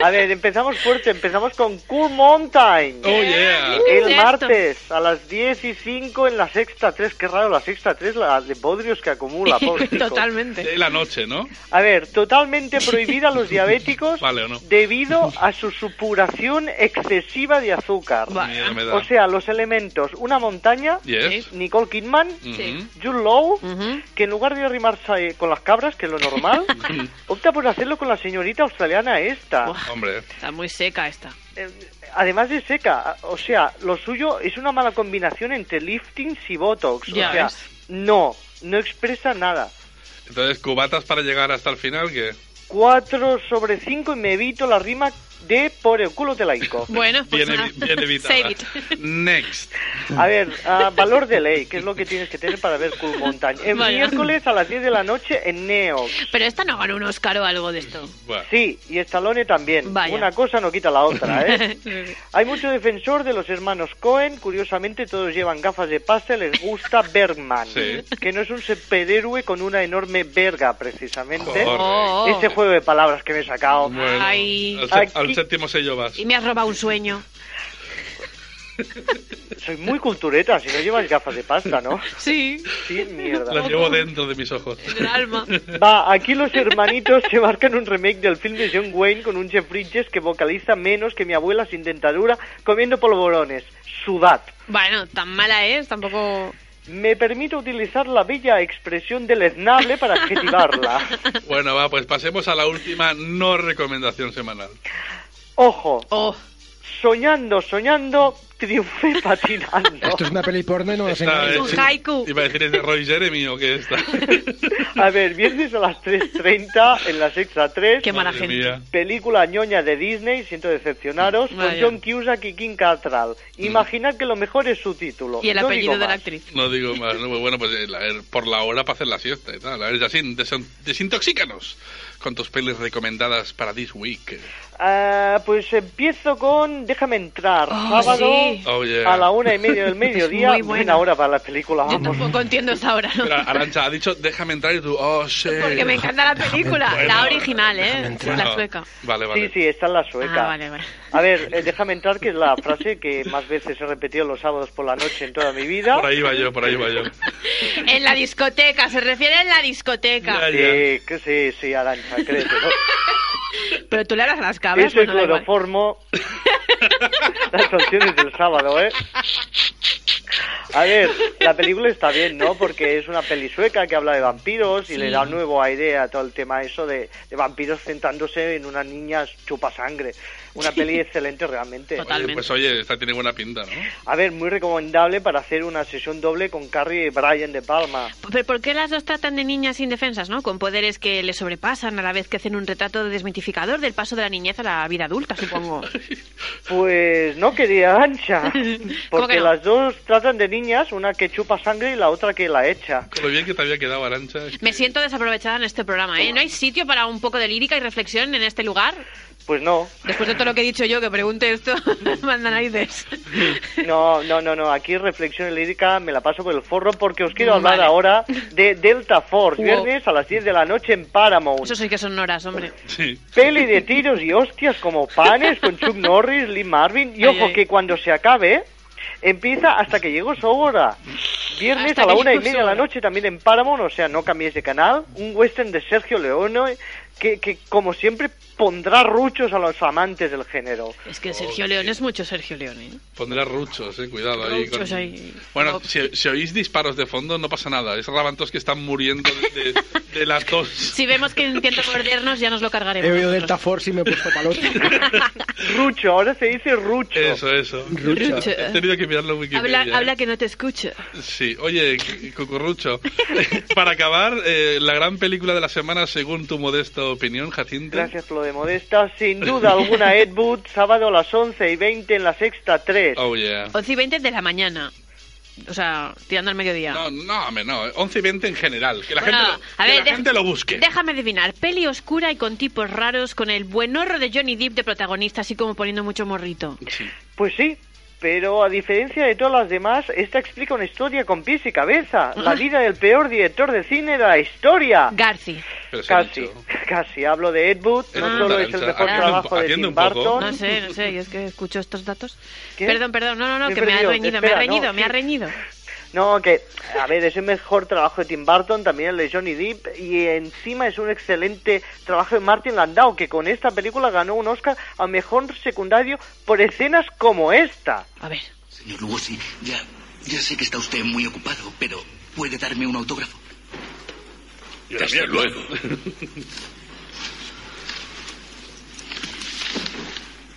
[SPEAKER 14] A ver, empezamos fuerte, empezamos con Cool Mountain.
[SPEAKER 3] Oh, yeah.
[SPEAKER 14] El
[SPEAKER 3] Esto.
[SPEAKER 14] martes a las 10 y 5 en la sexta 3, qué raro, la sexta 3, la de bodrios que acumula, pobre chico.
[SPEAKER 3] De la noche, ¿no?
[SPEAKER 14] A ver, totalmente prohibida a los diabéticos
[SPEAKER 3] Vale, ¿o no?
[SPEAKER 14] debido a su supuración excesiva de azúcar.
[SPEAKER 3] Miedo me da.
[SPEAKER 14] O sea, los elementos, una montaña,
[SPEAKER 3] Yes.
[SPEAKER 14] Nicole Kidman,
[SPEAKER 3] Sí.
[SPEAKER 14] Jude Law, que en lugar de arrimarse eh, con las cabras que lo normal, opta por hacerlo con la señorita australiana esta.
[SPEAKER 3] Hombre.
[SPEAKER 4] Está muy seca esta.
[SPEAKER 14] Además de seca, o sea, lo suyo es una mala combinación entre liftings y botox.
[SPEAKER 4] Ya
[SPEAKER 14] o sea,
[SPEAKER 4] ves.
[SPEAKER 14] no, no expresa nada.
[SPEAKER 3] Entonces, cubatas para llegar hasta el final, que
[SPEAKER 14] Cuatro sobre cinco y me evito la rima de por el culo te la hinco.
[SPEAKER 4] Bueno,
[SPEAKER 3] pues Bien evi- nada. bien evitada. Save it. Next.
[SPEAKER 14] A ver, ah, valor de ley, que es lo que tienes que tener para ver Cool Mountain. El
[SPEAKER 4] Vale.
[SPEAKER 14] miércoles a las 10 de la noche en Neo.
[SPEAKER 4] Pero esta no ganó un Oscar o algo de esto.
[SPEAKER 14] Sí, y Stallone también. Una cosa no quita la otra, ¿eh? Hay mucho defensor de los hermanos Cohen. Curiosamente, todos llevan gafas de pasta. y Les gusta Bergman,
[SPEAKER 3] Sí.
[SPEAKER 14] que no es un superhéroe con una enorme verga, precisamente.
[SPEAKER 3] Oh.
[SPEAKER 4] Correcto.
[SPEAKER 14] Este juego de palabras que me he sacado.
[SPEAKER 3] Bueno,
[SPEAKER 4] Ay.
[SPEAKER 3] al, sé- al
[SPEAKER 14] Aquí-
[SPEAKER 3] séptimo sello vas.
[SPEAKER 4] Y me has robado un sueño.
[SPEAKER 14] Soy muy cultureta, si no llevas gafas de pasta, ¿no?
[SPEAKER 4] Sí.
[SPEAKER 14] Sí, mierda.
[SPEAKER 3] Las llevo dentro de mis ojos.
[SPEAKER 14] Va, aquí los hermanitos se marcan un remake del film de John Wayne con un Jeff Bridges que vocaliza menos que mi abuela sin dentadura comiendo polvorones. Sudad.
[SPEAKER 4] Bueno, tan mala es, tampoco.
[SPEAKER 14] Me permito utilizar la bella expresión deleznable para adjetivarla.
[SPEAKER 3] Bueno, va, pues pasemos a la última no recomendación semanal.
[SPEAKER 14] Ojo.
[SPEAKER 4] Oh.
[SPEAKER 14] Soñando, soñando, triunfé patinando.
[SPEAKER 6] Esto es una peli porno y no
[SPEAKER 14] Pues
[SPEAKER 6] nos
[SPEAKER 3] Esta
[SPEAKER 6] engañes.
[SPEAKER 3] es- Iba a decir, ¿es de Roy Jeremy o qué está?
[SPEAKER 14] A ver, viernes a las 3.30 en la sexta 3. Qué
[SPEAKER 3] mala Madre gente. mía.
[SPEAKER 14] Película ñoña de Disney, siento decepcionaros, con
[SPEAKER 3] Vaya.
[SPEAKER 14] John Cusack y Kim Cattrall.
[SPEAKER 3] Mm.
[SPEAKER 14] Imaginad que lo mejor es su título. No digo más.
[SPEAKER 4] actriz.
[SPEAKER 3] No digo más. ¿no? Bueno, pues eh, la- eh, por la hora para hacer la siesta y tal. A ver, Jacin, desin- desintoxícanos con tus pelis recomendadas para this week.
[SPEAKER 14] Ah, pues empiezo con Déjame entrar, sábado
[SPEAKER 3] sí. Oh, yeah.
[SPEAKER 14] a la una y media del mediodía.
[SPEAKER 4] Pues
[SPEAKER 14] Muy
[SPEAKER 4] muy buena.
[SPEAKER 14] buena hora para las películas, vamos.
[SPEAKER 4] Tampoco entiendo esta hora, ¿no?
[SPEAKER 3] Pero Arancha ha dicho, déjame entrar y tú, oh, sí.
[SPEAKER 4] Porque me encanta la película.
[SPEAKER 3] Bueno,
[SPEAKER 4] la original, ¿eh?
[SPEAKER 3] entrar.
[SPEAKER 4] La sueca.
[SPEAKER 3] Vale, vale.
[SPEAKER 14] Sí, sí, está en la sueca.
[SPEAKER 4] Ah, vale, vale.
[SPEAKER 14] A ver, eh, déjame entrar, que es la frase que más veces he repetido los sábados por la noche en toda mi vida.
[SPEAKER 3] Por ahí va yo, por ahí va yo.
[SPEAKER 4] En la discoteca, se refiere en la discoteca.
[SPEAKER 14] Sí, Eh, que sí, sí, Arancha, créete. ¿no?
[SPEAKER 4] Pero tú le harás las cabras.
[SPEAKER 14] Eso es
[SPEAKER 4] pues no da igual.
[SPEAKER 14] cloroformo. Las canciones del sábado, ¿eh? A ver, la película está bien, ¿no? Porque es una peli sueca que habla de vampiros y
[SPEAKER 15] Sí.
[SPEAKER 14] le da un nuevo aire a todo el tema eso de, de vampiros centrándose en una niña chupa sangre. Una
[SPEAKER 3] Sí.
[SPEAKER 14] peli excelente realmente.
[SPEAKER 3] Oye, pues oye, esta tiene buena pinta, ¿no?
[SPEAKER 14] A ver, muy recomendable para hacer una sesión doble con Carrie y Brian de Palma.
[SPEAKER 4] Pero ¿por qué las dos tratan de niñas indefensas, no? Con poderes que le sobrepasan a la vez que hacen un retrato desmitificador del paso de la niñez a la vida adulta, supongo.
[SPEAKER 14] Pues no quería ancha, porque
[SPEAKER 4] no?
[SPEAKER 14] las dos tratan de niñas, una que chupa sangre y la otra que la echa.
[SPEAKER 3] Lo bien que te había quedado, Arancha.
[SPEAKER 4] Me siento desaprovechada en este programa, ¿eh? ¿No hay sitio para un poco de lírica y reflexión en este lugar?
[SPEAKER 14] Pues no,
[SPEAKER 4] Después de todo lo que he dicho yo, que pregunte esto, manda narices.
[SPEAKER 14] no, no, no, no. Aquí reflexión lírica me la paso por el forro porque os quiero hablar ahora de Delta Force,
[SPEAKER 4] Wow.
[SPEAKER 14] viernes a las 10 de la noche en Paramount.
[SPEAKER 4] Eso sí que son horas, hombre.
[SPEAKER 3] Sí.
[SPEAKER 14] Peli de tiros y hostias como panes con Chuck Norris, Lee Marvin. Y
[SPEAKER 4] Ay,
[SPEAKER 14] ojo
[SPEAKER 4] ay.
[SPEAKER 14] que cuando se acabe, empieza hasta que llegó su hora. Viernes
[SPEAKER 4] Hasta
[SPEAKER 14] a la
[SPEAKER 4] que
[SPEAKER 14] una y
[SPEAKER 4] llegó su
[SPEAKER 14] media de la
[SPEAKER 4] hora.
[SPEAKER 14] noche también en Paramount, o sea, no cambiéis de canal. Un western de Sergio Leone que, que como siempre pondrá ruchos a los amantes del género.
[SPEAKER 4] Es que Sergio León es mucho Sergio León, ¿eh?
[SPEAKER 3] Pondrá ruchos, eh, cuidado ahí.
[SPEAKER 4] Ruchos ahí.
[SPEAKER 3] Bueno, si, si oís disparos de fondo, no pasa nada. Es rabantos que están muriendo de, de, de las dos.
[SPEAKER 4] Si vemos que intenta mordernos, ya nos lo
[SPEAKER 6] He
[SPEAKER 4] cargaremos.
[SPEAKER 6] oído Delta Force y me he puesto palote.
[SPEAKER 14] Rucho, ahora se dice rucho.
[SPEAKER 3] Eso, eso.
[SPEAKER 6] Rucho.
[SPEAKER 3] He tenido que mirarlo en Wikipedia.
[SPEAKER 4] Habla,
[SPEAKER 3] ¿eh?
[SPEAKER 4] habla que no te escucho.
[SPEAKER 3] Sí, oye, cu- Cucurrucho. Para acabar, eh, la gran película de la semana, según tu modesta opinión, Jacinto.
[SPEAKER 14] Gracias por lo de modesta. Sin duda alguna, Ed Wood, sábado a las 11 y 20 en la sexta 3.
[SPEAKER 3] Oh, yeah.
[SPEAKER 4] 11 y 20 de la mañana. O sea, tirando al mediodía.
[SPEAKER 3] No, no, hombre, no. 11 y 20 en general. Que la,
[SPEAKER 4] Bueno,
[SPEAKER 3] gente, lo,
[SPEAKER 4] a
[SPEAKER 3] que
[SPEAKER 4] ver,
[SPEAKER 3] la
[SPEAKER 4] deja-
[SPEAKER 3] gente lo busque.
[SPEAKER 4] Déjame adivinar, peli oscura y con tipos raros, con el buenorro de Johnny Depp de protagonista, así como poniendo mucho morrito.
[SPEAKER 14] Pues sí, pero a diferencia de todas las demás, esta explica una historia con pies y cabeza.
[SPEAKER 4] Ah.
[SPEAKER 14] La vida del peor director de cine de la historia.
[SPEAKER 4] Garci.
[SPEAKER 14] Casi, casi. Hablo de Ed Wood, no
[SPEAKER 4] Ah.
[SPEAKER 14] solo es el mejor
[SPEAKER 4] Ah.
[SPEAKER 14] trabajo de Tim Burton.
[SPEAKER 4] No sé, no sé, yo es que escucho estos datos.
[SPEAKER 14] ¿Qué?
[SPEAKER 4] Perdón, perdón, no, no, no,
[SPEAKER 14] Me he
[SPEAKER 4] que me ha
[SPEAKER 14] perdido.
[SPEAKER 4] reñido, me ha
[SPEAKER 14] Espera,
[SPEAKER 4] reñido,
[SPEAKER 14] no,
[SPEAKER 4] me ha reñido.
[SPEAKER 14] No, que, a ver, es el mejor trabajo de Tim Burton, también el de Johnny Depp, y encima es un excelente trabajo de Martin Landau, que con esta película ganó un Oscar a Mejor Secundario por escenas como esta.
[SPEAKER 4] A ver.
[SPEAKER 16] Señor Lugosi, ya, ya sé que está usted muy ocupado, pero ¿puede darme un autógrafo?
[SPEAKER 15] Hasta luego.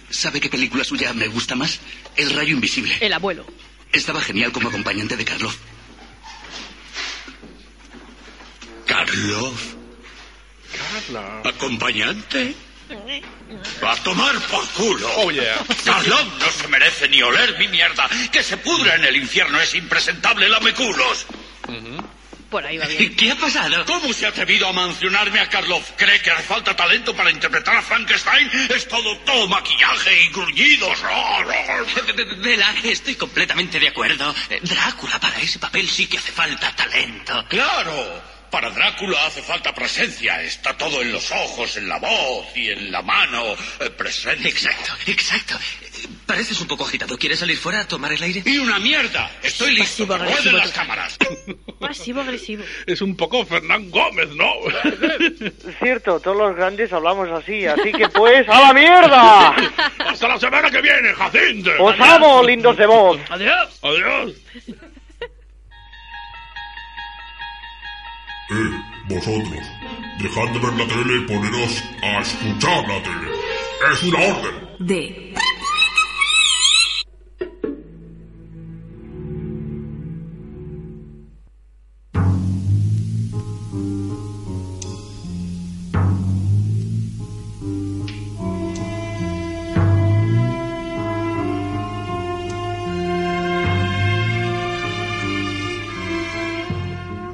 [SPEAKER 15] ¿Sabe qué película suya me gusta más? El rayo invisible.
[SPEAKER 4] El abuelo.
[SPEAKER 15] Estaba genial como acompañante de Karloff. ¿Karloff? ¿Acompañante? ¡A tomar por culo! Carlón no se merece ni oler mi mierda. Que se pudra en el infierno es impresentable, lameculos.
[SPEAKER 4] Por ahí va bien.
[SPEAKER 15] ¿Y qué ha pasado? ¿Cómo se ha atrevido a mencionarme a Karloff? ¿Cree que hace falta talento para interpretar a Frankenstein? Es todo, todo maquillaje y gruñidos. Vela, estoy completamente de acuerdo. Eh, Drácula, para ese papel sí que hace falta talento. ¡Claro! Para Drácula hace falta presencia. Está todo en los ojos, en la voz y en la mano. Eh, Presencia. Exacto, exacto. Eh, Pareces un poco agitado. ¿Quieres salir fuera a tomar el aire? ¡Y una mierda! Estoy listo.
[SPEAKER 4] Pasivo
[SPEAKER 15] Que
[SPEAKER 4] agresivo
[SPEAKER 15] rueden las
[SPEAKER 4] total.
[SPEAKER 15] cámaras.
[SPEAKER 4] Pasivo agresivo.
[SPEAKER 3] Es un poco Fernán Gómez, ¿no?
[SPEAKER 14] Cierto, todos los grandes hablamos así, así que pues, ¡a la mierda!
[SPEAKER 15] ¡Hasta la semana que viene, Jacinto!
[SPEAKER 14] ¡Os amo, lindos de voz!
[SPEAKER 4] ¡Adiós!
[SPEAKER 3] ¡Adiós!
[SPEAKER 16] Eh, vosotros, dejad de ver la tele y poneros a escuchar la tele. Es una orden.
[SPEAKER 9] De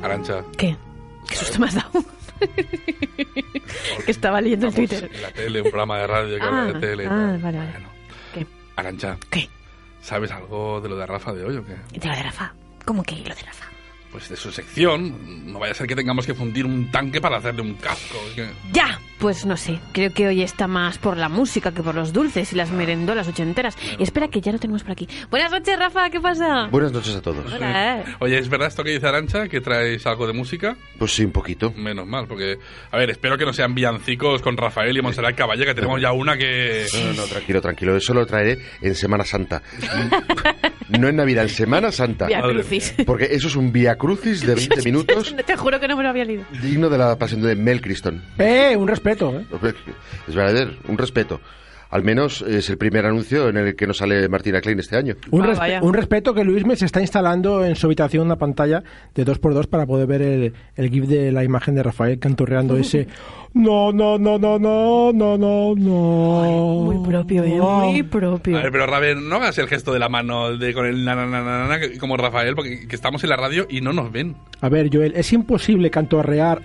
[SPEAKER 3] Arancha.
[SPEAKER 17] ¿Qué? ¿Qué susto me has dado? que estaba leyendo el Twitter.
[SPEAKER 3] La tele, un programa de radio que habla de tele. y
[SPEAKER 17] ah,
[SPEAKER 3] tal.
[SPEAKER 17] vale, vale.
[SPEAKER 3] Arancha. ¿Qué? ¿Sabes algo de lo de Rafa de hoy o qué?
[SPEAKER 17] ¿De lo de Rafa? ¿Cómo que lo de Rafa?
[SPEAKER 3] Pues de su sección. No vaya a ser que tengamos que fundir un tanque para hacerle un casco. es que-
[SPEAKER 17] ¡Ya! Pues no sé, creo que hoy está más por la música que por los dulces y las merendolas ochenteras. Y espera que ya lo tenemos por aquí. Buenas noches, Rafa, ¿qué pasa?
[SPEAKER 5] Buenas noches a
[SPEAKER 3] Pues
[SPEAKER 5] todos.
[SPEAKER 17] Hola. ¿eh?
[SPEAKER 3] Oye, ¿es verdad esto que dice Arancha? ¿Que traes algo de música?
[SPEAKER 5] Pues sí, un poquito.
[SPEAKER 3] Menos mal, porque... A ver, espero que no sean villancicos con Rafael y Montserrat Caballé, que tenemos ya una que...
[SPEAKER 5] No, no, no, tranquilo, tranquilo. Eso lo traeré en Semana Santa. No en Navidad, en Semana Santa.
[SPEAKER 17] Vía Madre Crucis. mía.
[SPEAKER 5] Porque eso es un Via Crucis de 20 minutos
[SPEAKER 17] Te juro que no me lo había leído.
[SPEAKER 5] digno de la pasión de Mel Criston.
[SPEAKER 6] Eh, un respeto, ¿eh?
[SPEAKER 5] Es verdadero, un respeto. Al menos es el primer anuncio en el que no sale Martina Klein este año.
[SPEAKER 6] Un, respe- un respeto que Luis me se está instalando en su habitación una pantalla de 2x2 para poder ver el, el GIF de la imagen de Rafael canturreando ese. No, no, no, no, no, no, no, no. Muy propio, ¿eh?
[SPEAKER 17] Muy propio.
[SPEAKER 3] A ver, pero Raven, no hagas el gesto de la mano de con el na, na, na, na, na, que- como Rafael, porque que estamos en la radio y no nos ven.
[SPEAKER 6] A ver, Joel, es imposible cantorrear,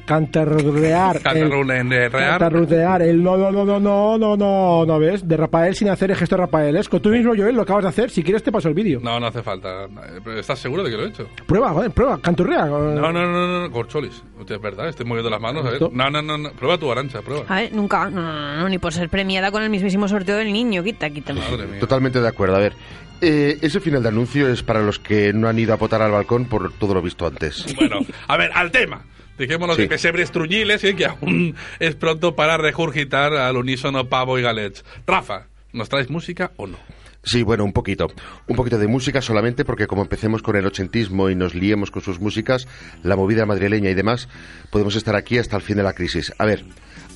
[SPEAKER 6] cantarrear, el,
[SPEAKER 3] Cantarrune, de rear.
[SPEAKER 6] cantarrutear el no, no, no, no, no, no, no, no, ¿ves? De Rafael sin hacer el gesto rafaelesco. Tú mismo, Joel, lo acabas de hacer. Si quieres, te paso el vídeo.
[SPEAKER 3] No, no hace falta. Eh, pero ¿Estás seguro de que lo he hecho?
[SPEAKER 6] Prueba, joder, prueba, canturrea.
[SPEAKER 3] No, no, no, no, no, corcholis. Hostia, es verdad, estoy moviendo las manos. A ver.
[SPEAKER 6] ¿Esto?
[SPEAKER 3] No, no, no, no. Prueba tu arancha, prueba.
[SPEAKER 17] A ver, nunca, no, no, no, ni por ser premiada con el mismísimo sorteo del niño. Quita, quita.
[SPEAKER 5] Totalmente de acuerdo. A ver, eh, ese final de anuncio es para los que no han ido a votar al balcón por todo lo visto antes.
[SPEAKER 3] Bueno, a ver, al tema. Dejémonos de
[SPEAKER 5] Sí.
[SPEAKER 3] pesebres truñiles y ¿eh? que aún es pronto para regurgitar al unísono pavo y galets. Rafa, ¿nos traes música o no?
[SPEAKER 5] Sí, bueno, un poquito. Un poquito de música solamente porque como empecemos con el ochentismo y nos liemos con sus músicas, la movida madrileña y demás, podemos estar aquí hasta el fin de la crisis. A ver,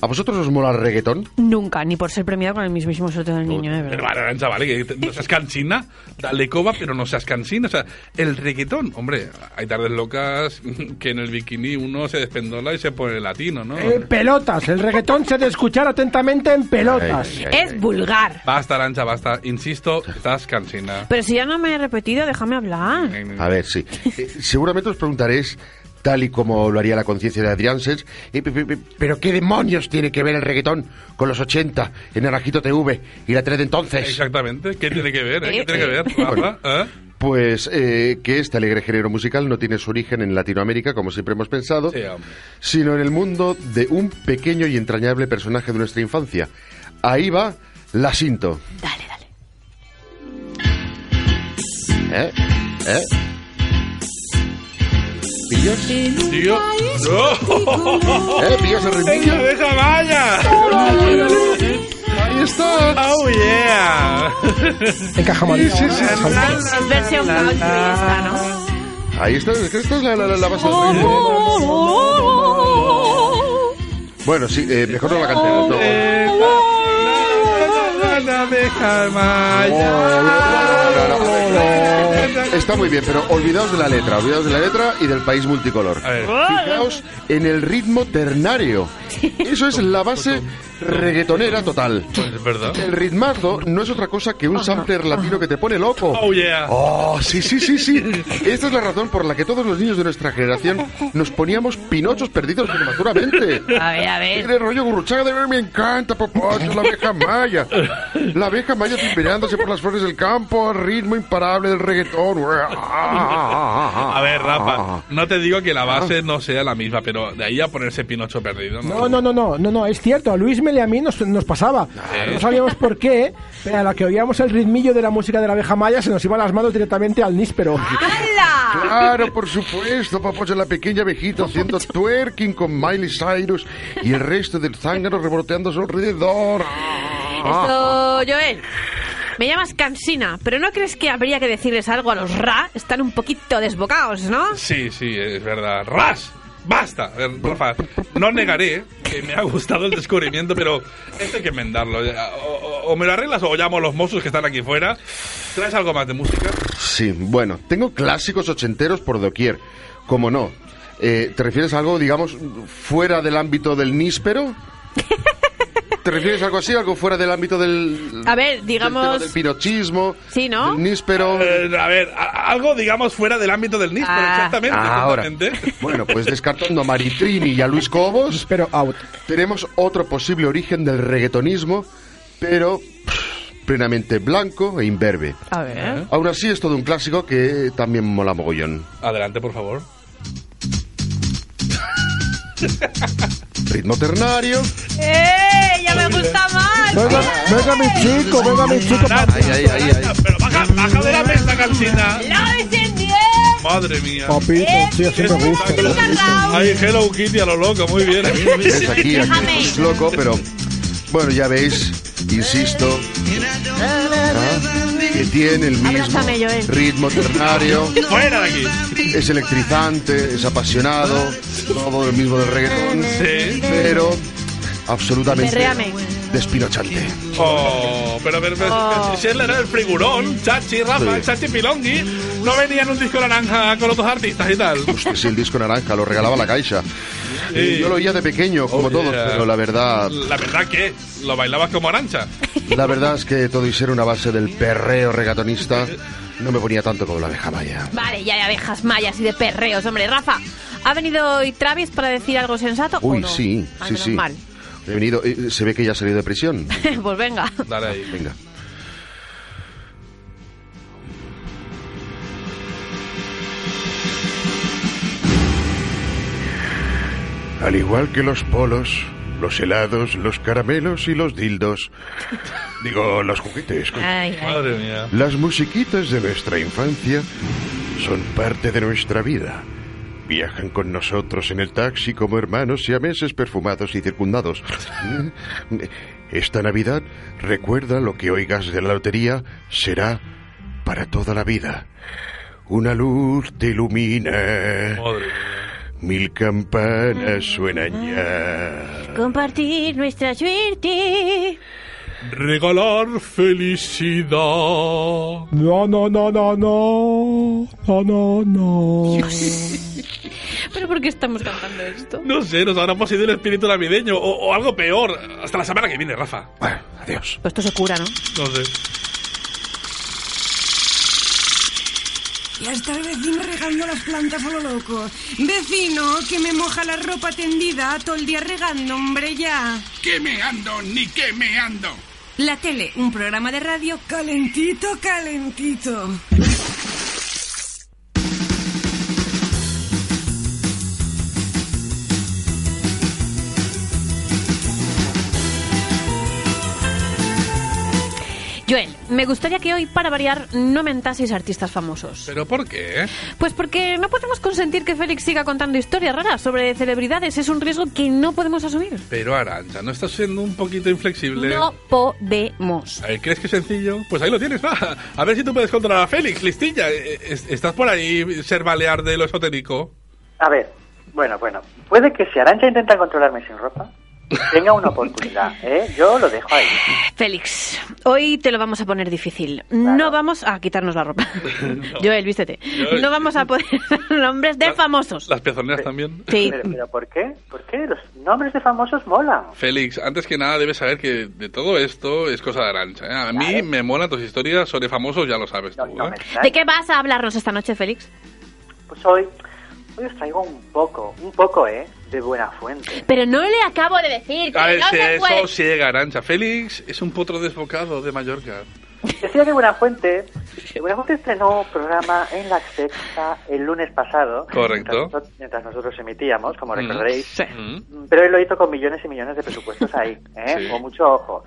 [SPEAKER 5] ¿a vosotros os mola el reggaetón?
[SPEAKER 17] Nunca, ni por ser premiada con el mismísimo sorteo del niño, ¿eh?
[SPEAKER 3] Pero
[SPEAKER 17] ¿verdad?
[SPEAKER 3] vale, Arancha, vale, que te- no seas cansina, dale coba, pero no seas cansina. O sea, el reggaetón, hombre, hay tardes locas que en el bikini uno se despendola y se pone latino, ¿no?
[SPEAKER 6] En Eh, pelotas, el reggaetón se ha de escuchar atentamente en pelotas.
[SPEAKER 3] Ay, ay, ay.
[SPEAKER 17] Es vulgar.
[SPEAKER 3] Basta, Arancha, basta. Insisto, estás cansina.
[SPEAKER 17] Pero si ya no me he repetido, déjame hablar.
[SPEAKER 5] A ver, sí. Eh, seguramente os preguntaréis, tal y como lo haría la conciencia de Adrián Sens, eh, pe- pe- pe- ¿pero qué demonios tiene que ver el reggaetón con los 80 en Naranjito TV y la tele de entonces?
[SPEAKER 3] Exactamente. ¿Qué tiene que ver? eh? ¿Qué
[SPEAKER 17] Eh,
[SPEAKER 3] tiene que ver,
[SPEAKER 17] eh.
[SPEAKER 3] Rafa? ¿Eh?
[SPEAKER 5] Pues eh, que este alegre género musical no tiene su origen en Latinoamérica, como siempre hemos pensado, sino en el mundo de un pequeño y entrañable personaje de nuestra infancia. Ahí va la Sinto. Dale, dale. ¿Eh? ¿Eh? ¿Pillos?
[SPEAKER 3] Tío. ¡No!
[SPEAKER 5] ¿Eh? ¿Pillos el ritmillo?
[SPEAKER 3] ¡Venga, deja vaya!
[SPEAKER 5] ¡Ahí está!
[SPEAKER 3] ¡Oh, yeah!
[SPEAKER 6] Encaja mal.
[SPEAKER 17] Es versión country esta, ¿no?
[SPEAKER 5] Ahí está, es que esta es la, la, la- la base del ritmo.
[SPEAKER 17] Oh, oh, oh, oh,
[SPEAKER 5] Bueno, sí, eh, mejor no la cantemos.
[SPEAKER 2] Oh.
[SPEAKER 5] no. Está muy bien, pero olvidaos de la letra, olvidaos de la letra y del país multicolor. Fijaos en el ritmo ternario. Eso es la base reggaetonera total.
[SPEAKER 3] Es Pues, verdad.
[SPEAKER 5] El ritmazo no es otra cosa que un sampler latino que te pone loco.
[SPEAKER 3] Oh, yeah.
[SPEAKER 5] Oh, sí, sí, sí, sí. Esta es la razón por la que todos los niños de nuestra generación nos poníamos pinochos perdidos prematuramente.
[SPEAKER 11] A ver, a ver.
[SPEAKER 5] Tigre rollo gurruchaga de ver, me encanta, popocho, la abeja maya. La abeja maya timberándose por las flores del campo, al ritmo imparable del reggaetón.
[SPEAKER 3] A ver, Rafa, no te digo que la base no sea la misma, pero de ahí a ponerse Pinocho perdido.
[SPEAKER 6] No, no, no, no, no, no, es cierto. A Luis Mel y a mí nos, nos pasaba. No sabíamos por qué, pero a la que oíamos el ritmillo de la música de la abeja maya se nos iban las manos directamente al níspero.
[SPEAKER 17] Ah.
[SPEAKER 11] Ah.
[SPEAKER 5] Claro, por supuesto, papocho, la pequeña abejita haciendo twerking con Miley Cyrus y el resto del zángano revoloteando a su alrededor.
[SPEAKER 4] Esto, Joel. Me llamas cansina, pero ¿no crees que habría que decirles algo a los ra? Están un poquito desbocados, ¿no?
[SPEAKER 3] Sí, sí, es verdad. ¡Ras! ¡Basta! A ver, Rafa, no negaré que me ha gustado el descubrimiento, pero esto hay que enmendarlo. O, o- o me lo arreglas o llamo a los mozos que están aquí fuera. ¿Traes algo más de música?
[SPEAKER 5] Sí, bueno, tengo clásicos ochenteros por doquier. Como no. Eh, ¿Te refieres a algo, digamos, fuera del ámbito del níspero? ¿Te refieres a algo así? ¿Algo fuera del ámbito del.
[SPEAKER 4] A ver,
[SPEAKER 5] del, tema
[SPEAKER 4] digamos...
[SPEAKER 5] del pirochismo?
[SPEAKER 4] Sí, ¿no?
[SPEAKER 5] del níspero.
[SPEAKER 3] Eh, a ver, a- algo, digamos, fuera del ámbito del níspero,
[SPEAKER 4] Ah.
[SPEAKER 3] exactamente.
[SPEAKER 5] Ah, ahora.
[SPEAKER 3] exactamente.
[SPEAKER 5] Bueno, pues descartando a Maritrini y a Luis Cobos,
[SPEAKER 6] pero
[SPEAKER 5] tenemos otro posible origen del reggaetonismo, pero pff, plenamente blanco e imberbe.
[SPEAKER 4] A ver.
[SPEAKER 5] Aún así es todo un clásico que también mola mogollón.
[SPEAKER 3] Adelante, por favor.
[SPEAKER 5] Ritmo ternario.
[SPEAKER 4] ¡Eh! ¡Ya me gusta más!
[SPEAKER 6] Venga, venga mi chico, venga mi chico.
[SPEAKER 5] Ahí, ahí, ahí, ahí.
[SPEAKER 3] ¡Baja de la mesa, cansina!
[SPEAKER 4] ¡Lo encendí!
[SPEAKER 3] ¡Madre mía!
[SPEAKER 6] Papito, sí, así me gusta.
[SPEAKER 3] Ay, Hello Kitty a lo loco, muy bien. eh.
[SPEAKER 5] Es aquí, aquí, es loco, pero bueno, ya veis, insisto, ¿ah? que tiene el mismo
[SPEAKER 4] Abrázame, Joel.
[SPEAKER 5] ritmo ternario.
[SPEAKER 3] ¡Fuera de aquí!
[SPEAKER 5] Es electrizante, es apasionado, todo el mismo del reggaetón, pero absolutamente
[SPEAKER 4] Perréame.
[SPEAKER 5] despinochante.
[SPEAKER 3] Oh, pero, pero, pero
[SPEAKER 4] Oh.
[SPEAKER 3] si él era el frigurón, Chachi, Rafa,
[SPEAKER 5] Sí.
[SPEAKER 3] Chachi Pilongi, no venía en un disco naranja con los dos artistas y tal.
[SPEAKER 5] Hostia, sí, el disco naranja, lo regalaba la caixa. Y Yo lo oía de pequeño, como
[SPEAKER 3] Oh,
[SPEAKER 5] todos,
[SPEAKER 3] yeah.
[SPEAKER 5] pero la verdad,
[SPEAKER 3] La verdad que lo bailabas como arancha.
[SPEAKER 5] la verdad es que todo hiciera una base del perreo reggaetonista. No me ponía tanto como la abeja maya.
[SPEAKER 4] Vale, ya de abejas mayas y de perreos, hombre. Rafa, ¿ha venido hoy Travis para decir algo sensato o
[SPEAKER 5] Uy,
[SPEAKER 4] no?
[SPEAKER 5] sí,
[SPEAKER 4] Ah,
[SPEAKER 5] sí,
[SPEAKER 4] menos
[SPEAKER 5] sí.
[SPEAKER 4] mal.
[SPEAKER 5] He venido, eh, se ve que ya ha salido de prisión.
[SPEAKER 4] pues venga.
[SPEAKER 3] Dale ahí.
[SPEAKER 5] Venga.
[SPEAKER 18] Al igual que los polos, los helados, los caramelos y los dildos. Digo, los juguetes. coño.
[SPEAKER 3] Madre mía.
[SPEAKER 18] Las musiquitas de nuestra infancia son parte de nuestra vida. Viajan con nosotros en el taxi como hermanos siameses perfumados y circundados. Esta Navidad, recuerda lo que oigas de la lotería será para toda la vida. Una luz te ilumina. Mil campanas suenan ya.
[SPEAKER 17] Compartir nuestra suerte.
[SPEAKER 3] Regalar felicidad.
[SPEAKER 6] No, no, no, no, no. No, no, no.
[SPEAKER 17] ¿Pero por qué estamos cantando esto?
[SPEAKER 3] No sé, nos habremos ido el espíritu navideño o, o algo peor. Hasta la semana que viene, Rafa.
[SPEAKER 5] Adiós.
[SPEAKER 17] Pues esto se cura, ¿no?
[SPEAKER 3] No sé.
[SPEAKER 19] Y hasta el vecino regando las plantas a lo loco. Vecino, que me moja la ropa tendida todo el día regando, hombre, ya.
[SPEAKER 13] ¿Qué me ando ni qué me ando?
[SPEAKER 19] La tele, un programa de radio calentito, calentito.
[SPEAKER 17] Joel, me gustaría que hoy, para variar, no mentaseis artistas famosos.
[SPEAKER 3] ¿Pero por qué?
[SPEAKER 17] Pues porque no podemos consentir que Félix siga contando historias raras sobre celebridades. Es un riesgo que no podemos asumir.
[SPEAKER 3] Pero Arancha, ¿no estás siendo un poquito inflexible?
[SPEAKER 17] No podemos.
[SPEAKER 3] A ver, ¿crees que es sencillo? Pues ahí lo tienes, va. A ver si tú puedes controlar a Félix, listilla. Eh, es- ¿Estás por ahí, ser balear de lo esotérico?
[SPEAKER 20] A ver, bueno, bueno. ¿Puede que si Arancha intenta controlarme sin ropa? tenga una oportunidad. ¿eh? Yo lo dejo ahí.
[SPEAKER 4] Félix, hoy te lo vamos a poner difícil. No vamos a quitarnos la ropa. Joel, vístete.
[SPEAKER 3] Joel.
[SPEAKER 4] No vamos a poder dar nombres de famosos.
[SPEAKER 3] Las pezoneras también.
[SPEAKER 4] Sí.
[SPEAKER 20] Pero, pero ¿por qué? ¿Por qué? Los nombres de famosos molan.
[SPEAKER 3] Félix, antes que nada debes saber que de todo esto es cosa de Arancha. ¿eh? A mí me molan tus historias sobre famosos, ya lo sabes tú. ¿eh?
[SPEAKER 4] ¿De qué vas a hablarnos esta noche, Félix?
[SPEAKER 20] Pues hoy, hoy os traigo un poco, un poco, ¿eh? De buena fuente.
[SPEAKER 4] Pero no le acabo de decir que
[SPEAKER 3] A ver,
[SPEAKER 4] no
[SPEAKER 3] si
[SPEAKER 4] se puede.
[SPEAKER 3] eso llega, Arancha. Félix es un potro desbocado de Mallorca.
[SPEAKER 20] Decía que Buenafuente, que Buenafuente estrenó programa en la sexta el lunes pasado.
[SPEAKER 3] Correcto.
[SPEAKER 20] Mientras, nosotros- mientras nosotros emitíamos, como recordaréis.
[SPEAKER 3] Mm.
[SPEAKER 20] Pero él lo hizo con millones y millones de presupuestos ahí, ¿eh?
[SPEAKER 3] Sí.
[SPEAKER 20] Con mucho ojo.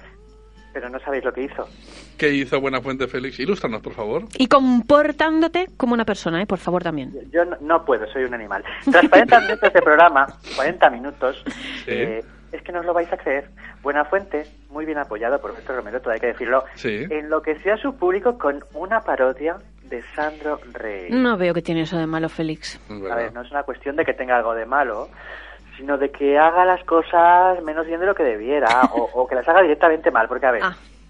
[SPEAKER 20] Pero no sabéis lo que hizo.
[SPEAKER 3] ¿Qué hizo Buenafuente, Félix? Ilústranos, por favor.
[SPEAKER 4] Y comportándote como una persona, ¿eh? por favor también.
[SPEAKER 20] Yo no, no puedo, soy un animal. Tras 40 minutos de programa, 40 minutos, eh, es que no os lo vais a creer. Buenafuente, muy bien apoyado por Víctor Romero, todavía hay que decirlo,
[SPEAKER 3] Sí.
[SPEAKER 20] enloqueció a su público con una parodia de Sandro Rey.
[SPEAKER 4] No veo que tiene eso de malo, Félix.
[SPEAKER 20] A ver, no es una cuestión de que tenga algo de malo, sino de que haga las cosas menos bien de lo que debiera, o, o que las haga directamente mal, porque a ver,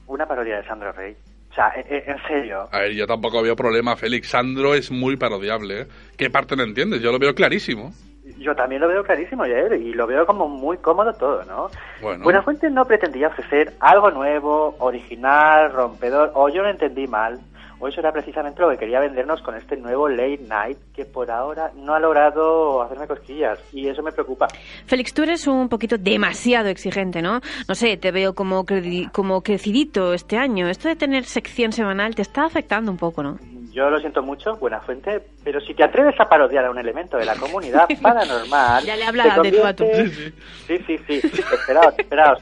[SPEAKER 20] una parodia de Sandro Rey. O sea, en- en- en serio.
[SPEAKER 3] A ver, yo tampoco veo problema, Félix. Sandro es muy parodiable. ¿eh? ¿Qué parte no entiendes? Yo lo veo clarísimo.
[SPEAKER 20] Yo también lo veo clarísimo, Jair, y lo veo como muy cómodo todo, ¿no?
[SPEAKER 3] Bueno.
[SPEAKER 20] Buenafuente no pretendía ofrecer algo nuevo, original, rompedor, o yo lo entendí mal, o eso era precisamente lo que quería vendernos con este nuevo late night que por ahora no ha logrado hacerme cosquillas, y eso me preocupa.
[SPEAKER 4] Félix, tú eres un poquito demasiado exigente, ¿no? No sé, te veo como, credi- como crecidito este año. Esto de tener sección semanal te está afectando un poco, ¿no?
[SPEAKER 20] Yo lo siento mucho, Buenafuente, pero si te atreves a parodiar a un elemento de la comunidad paranormal...
[SPEAKER 4] Ya le habla
[SPEAKER 20] te
[SPEAKER 4] de tú a tú.
[SPEAKER 20] conviertes- Sí, sí, sí, esperaos, esperaos.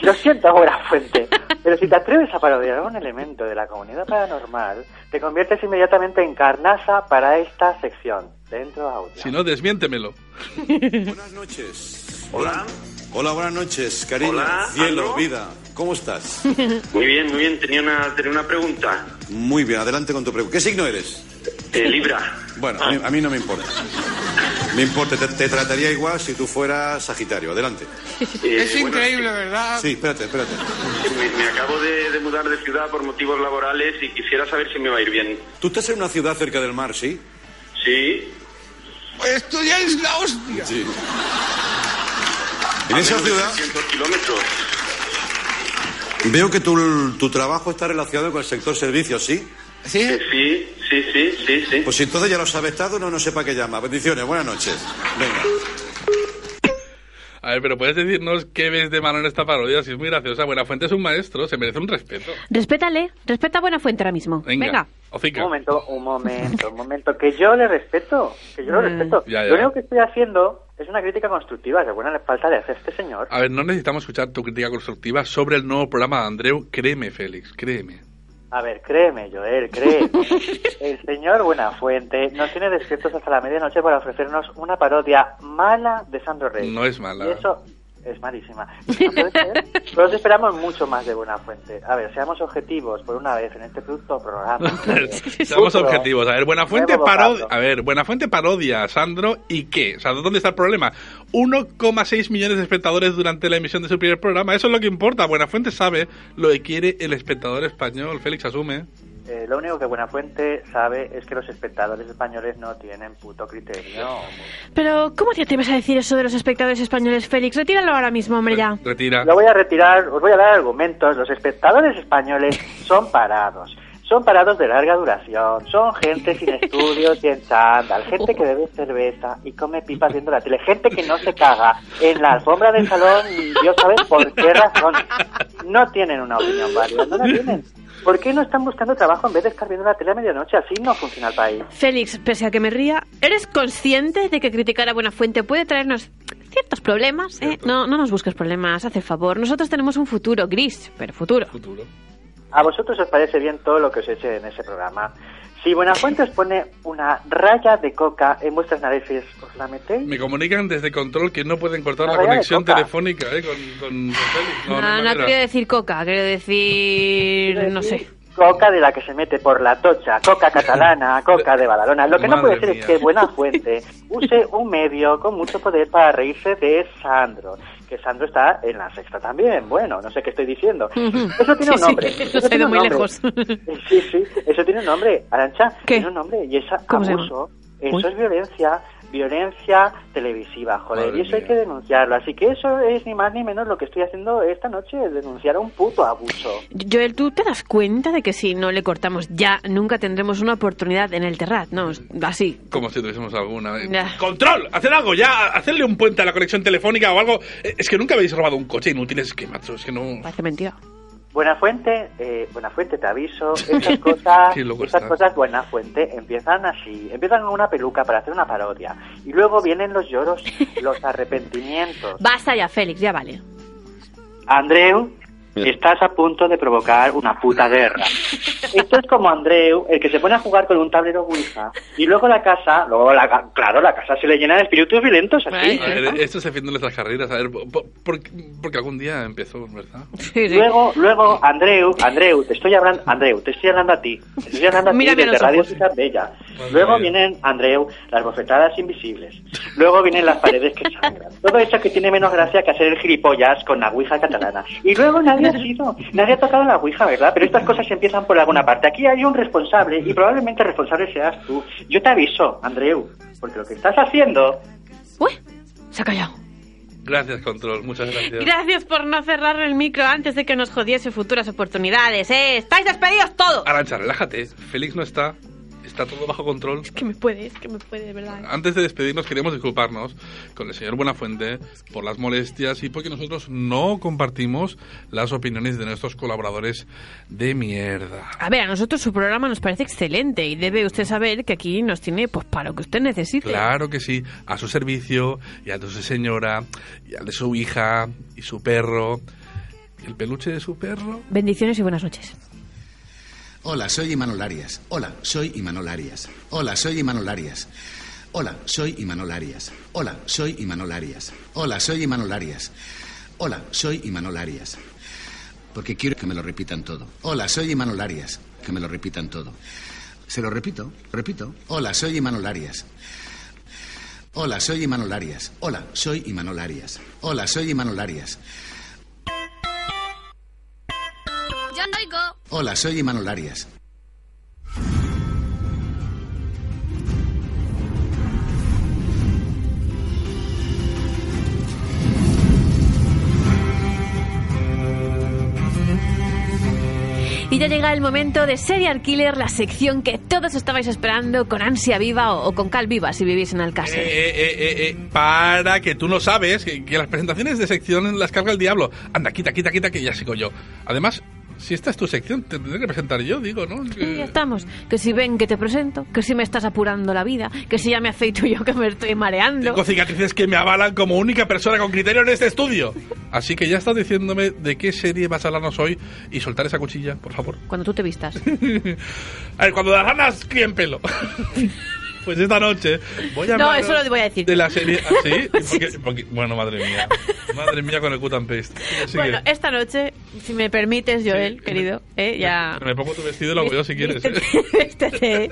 [SPEAKER 20] Lo siento, Buenafuente, pero si te atreves a parodiar a un elemento de la comunidad paranormal, te conviertes inmediatamente en carnaza para esta sección, dentro out.
[SPEAKER 3] Si no, desmiéntemelo.
[SPEAKER 21] Buenas noches. Hola. Hola, buenas noches, cariño.
[SPEAKER 15] Hola,
[SPEAKER 21] Cielo,
[SPEAKER 15] Aldo.
[SPEAKER 21] vida. ¿Cómo estás?
[SPEAKER 15] Muy bien, muy bien. Tenía una, tenía una pregunta.
[SPEAKER 21] Muy bien, adelante con tu pregunta. ¿Qué signo eres?
[SPEAKER 15] Eh, Libra. Ah.
[SPEAKER 21] Bueno, a mí, a mí no me importa. Me importa, te, te trataría igual si tú fueras Sagitario. Adelante. Eh,
[SPEAKER 15] Es Eh, bueno, increíble,
[SPEAKER 21] ¿verdad? Sí, espérate, espérate.
[SPEAKER 15] Me, me acabo de, de mudar de ciudad por motivos laborales y quisiera saber si me va a ir bien.
[SPEAKER 21] Tú estás en una ciudad cerca del mar, ¿sí?
[SPEAKER 15] Sí.
[SPEAKER 13] Esto ya es la hostia.
[SPEAKER 21] Sí.
[SPEAKER 15] A
[SPEAKER 21] En esa
[SPEAKER 15] menos de
[SPEAKER 21] ciudad
[SPEAKER 15] 300 kilómetros.
[SPEAKER 21] veo que tu, tu trabajo está relacionado con el sector servicios, ¿sí?
[SPEAKER 15] ¿Sí? Eh, Sí, sí, sí, sí, sí.
[SPEAKER 21] Pues entonces ya lo sabes todo, no, no sepa qué llama. Bendiciones, buenas noches. Venga.
[SPEAKER 3] A ver, pero puedes decirnos qué ves de mano en esta parodia. Si es muy graciosa. Buenafuente es un maestro, se merece un respeto.
[SPEAKER 4] Respétale, respeta a Buena Fuente ahora mismo.
[SPEAKER 3] Venga.
[SPEAKER 4] Venga.
[SPEAKER 3] Hocica.
[SPEAKER 20] Un momento, un momento, un momento, que yo le respeto, que yo lo
[SPEAKER 4] Mm.
[SPEAKER 20] respeto.
[SPEAKER 3] Ya, ya.
[SPEAKER 20] Lo único que estoy haciendo es una crítica constructiva, que buena falta le hace a este señor.
[SPEAKER 3] A ver, no necesitamos escuchar tu crítica constructiva sobre el nuevo programa de Andreu. Créeme, Félix, créeme.
[SPEAKER 20] A ver, créeme, Joel, créeme. El señor Buenafuente nos tiene despiertos hasta la medianoche para ofrecernos una parodia mala de Sandro Rey.
[SPEAKER 3] No es mala.
[SPEAKER 20] Y eso es malísima. No puede ser. Pero os esperamos mucho más de Buenafuente. A ver, seamos objetivos por una vez en este producto programa.
[SPEAKER 3] Seamos
[SPEAKER 20] Justo.
[SPEAKER 3] objetivos. A ver, Buenafuente
[SPEAKER 20] Nuevo
[SPEAKER 3] parodia.
[SPEAKER 20] vocazo.
[SPEAKER 3] A ver, Buenafuente parodia a Sandro y qué. O sea, ¿dónde está el problema? 1,6 millones de espectadores durante la emisión de su primer programa. Eso es lo que importa. Buenafuente sabe lo que quiere el espectador español. Félix asume.
[SPEAKER 20] Eh, lo único que Buenafuente sabe es que los espectadores españoles no tienen puto criterio.
[SPEAKER 4] Pero, ¿cómo te atreves a decir eso de los espectadores españoles, Félix? Retíralo ahora mismo, hombre, ya.
[SPEAKER 3] Retira.
[SPEAKER 20] Lo voy a retirar, os voy a dar argumentos. Los espectadores españoles son parados. Son parados de larga duración, son gente sin estudios y en chándal, gente que bebe cerveza y come pipas viendo la tele, gente que no se caga en la alfombra del salón y Dios sabe por qué razón. No tienen una opinión válida, no la tienen. ¿Por qué no están buscando trabajo en vez de estar viendo la tele a medianoche? Así no funciona el país.
[SPEAKER 4] Félix, pese a que me ría, ¿eres consciente de que criticar a Buena Fuente puede traernos ciertos problemas? eh? No, no nos busques problemas, haz el favor. Nosotros tenemos un futuro gris, pero futuro.
[SPEAKER 20] ¿A vosotros os parece bien todo lo que os eche en ese programa? Si Buenafuente os pone una raya de coca en vuestras narices, ¿os la metéis?
[SPEAKER 3] Me comunican desde control que no pueden cortar
[SPEAKER 20] Una
[SPEAKER 3] la
[SPEAKER 20] raya de
[SPEAKER 3] conexión
[SPEAKER 20] coca.
[SPEAKER 3] telefónica eh, con, con- con Félix. No,
[SPEAKER 4] No,
[SPEAKER 3] no hay
[SPEAKER 4] no,
[SPEAKER 3] manera.
[SPEAKER 4] quiero decir coca, quiero decir... no sé.
[SPEAKER 20] Coca de la que se mete por la tocha, coca catalana, coca de Badalona. Lo que no
[SPEAKER 3] Madre
[SPEAKER 20] puede ser
[SPEAKER 3] mía.
[SPEAKER 20] es que Buenafuente use un medio con mucho poder para reírse de Sandro, que que Sandro está en la sexta también. Bueno, no sé qué estoy diciendo. Eso tiene
[SPEAKER 4] Sí,
[SPEAKER 20] un nombre.
[SPEAKER 4] sí,
[SPEAKER 20] Eso
[SPEAKER 4] nos ha
[SPEAKER 20] tiene
[SPEAKER 4] ido
[SPEAKER 20] un
[SPEAKER 4] muy
[SPEAKER 20] nombre.
[SPEAKER 4] lejos.
[SPEAKER 20] Sí, sí, eso tiene un nombre, Arancha. Tiene un nombre y es
[SPEAKER 4] ¿Cómo se llama?
[SPEAKER 20] abuso. Eso es violencia, violencia televisiva, joder, y eso hay que denunciarlo. Así que eso es ni más ni menos lo que estoy haciendo esta noche, denunciar un puto abuso.
[SPEAKER 4] Joel, ¿tú te das cuenta de que si no le cortamos ya, nunca tendremos una oportunidad en el Terrat? No, es así.
[SPEAKER 3] Como si tuviésemos alguna. eh.
[SPEAKER 4] Ya.
[SPEAKER 3] ¡Control! ¡Hacer algo! ¡Ya! ¡Hacerle un puente a la conexión telefónica o algo! Eh, Es que nunca habéis robado un coche inútil, es que, macho, es que no.
[SPEAKER 4] Parece mentira.
[SPEAKER 20] Buena fuente, eh, buena fuente, te aviso. Estas cosas,
[SPEAKER 3] Qué loco
[SPEAKER 20] estas
[SPEAKER 3] estás.
[SPEAKER 20] cosas, buena fuente, empiezan así. Empiezan con una peluca para hacer una parodia. Y luego vienen los lloros, los arrepentimientos.
[SPEAKER 4] Basta ya, Félix, ya vale.
[SPEAKER 20] Andreu, estás a punto de provocar una puta guerra. Esto es como Andreu, el que se pone a jugar con un tablero Ouija. Y luego la casa, luego la, ca- claro, la casa se le llena de espíritus violentos así.
[SPEAKER 3] A ver, eh, esto es el fin de nuestras carreras, a ver, po- po- porque, porque algún día empezó, ¿verdad?
[SPEAKER 20] Luego, luego, Andreu, Andreu, te estoy hablando, Andreu, te estoy hablando a ti, te estoy hablando a ti
[SPEAKER 4] Mírame a
[SPEAKER 20] desde
[SPEAKER 4] los
[SPEAKER 20] Radio
[SPEAKER 4] ojos.
[SPEAKER 20] Ciudad Bella. Luego vienen, Andreu, las bofetadas invisibles. Luego vienen las paredes que sangran. Todo eso que tiene menos gracia que hacer el gilipollas con la ouija catalana. Y luego nadie ha sido, nadie ha tocado la ouija, ¿verdad? Pero estas cosas empiezan por alguna parte. Aquí hay un responsable y probablemente el responsable seas tú. Yo te aviso, Andreu, porque lo que estás haciendo
[SPEAKER 4] Se ha callado.
[SPEAKER 3] Gracias, Control, muchas gracias.
[SPEAKER 4] Gracias por no cerrar el micro antes de que nos jodiese futuras oportunidades, ¿eh? ¡Estáis despedidos todos!
[SPEAKER 3] Arancha, relájate. Félix no está. Está todo bajo control.
[SPEAKER 4] Que me puede, es que me puede, de verdad. ¿eh?
[SPEAKER 3] Antes de despedirnos, queremos disculparnos con el señor Buenafuente por las molestias y porque nosotros no compartimos las opiniones de nuestros colaboradores de mierda.
[SPEAKER 4] A ver, a nosotros su programa nos parece excelente y debe usted saber que aquí nos tiene pues para lo que usted necesite.
[SPEAKER 3] Claro que sí, a su servicio y al de su señora y al de su hija y su perro. El peluche de su perro.
[SPEAKER 4] Bendiciones y buenas noches.
[SPEAKER 22] Hola, soy Imanol Arias. Hola, soy Imanol Arias. Hola, soy Imanol Arias. Hola, soy Imanol Arias. Hola, soy Imanol Arias. Hola, soy Imanol Arias. Hola, soy Imanol Arias. Porque quiero que me lo repitan todo. Hola, soy Imanol Arias. Que me lo repitan todo. Se lo repito, repito. Hola, soy Imanol Arias. Hola, soy Imanol Arias. Hola, soy Imanol Arias. Hola, soy Imanol Arias.
[SPEAKER 2] Yo no oigo.
[SPEAKER 22] Hola, soy Imanol Arias.
[SPEAKER 4] Y ya llega el momento de Serial Killer, la sección que todos estabais esperando con ansia viva o, o con cal viva si vivís en
[SPEAKER 3] Eh,
[SPEAKER 4] Alcácer.
[SPEAKER 3] eh, eh, eh, para que tú no sabes que, que las presentaciones de sección las carga el diablo. Anda, quita, quita, quita, que ya sigo yo. Además, si esta es tu sección, te tendré que presentar yo, digo, ¿no?
[SPEAKER 4] Y ya estamos. Que si ven que te presento, que si me estás apurando la vida, que si ya me aceito yo que me estoy mareando.
[SPEAKER 3] Tengo cicatrices que me avalan como única persona con criterio en este estudio. Así que ya estás diciéndome de qué serie vas a hablarnos hoy y soltar esa cuchilla, por favor.
[SPEAKER 4] Cuando tú te vistas.
[SPEAKER 3] A ver, cuando las ranas críen pelo. Pues esta noche voy a
[SPEAKER 4] No,
[SPEAKER 3] hablaros
[SPEAKER 4] eso lo voy a decir.
[SPEAKER 3] de la serie... ¿Ah, sí? Porque- porque- bueno, madre mía. Madre mía con el cut and paste. Así
[SPEAKER 4] bueno,
[SPEAKER 3] que
[SPEAKER 4] esta noche, si me permites, Joel, querido, eh, ya...
[SPEAKER 3] me pongo tu vestido y lo hago yo si quieres. ¿eh?
[SPEAKER 4] Vístete.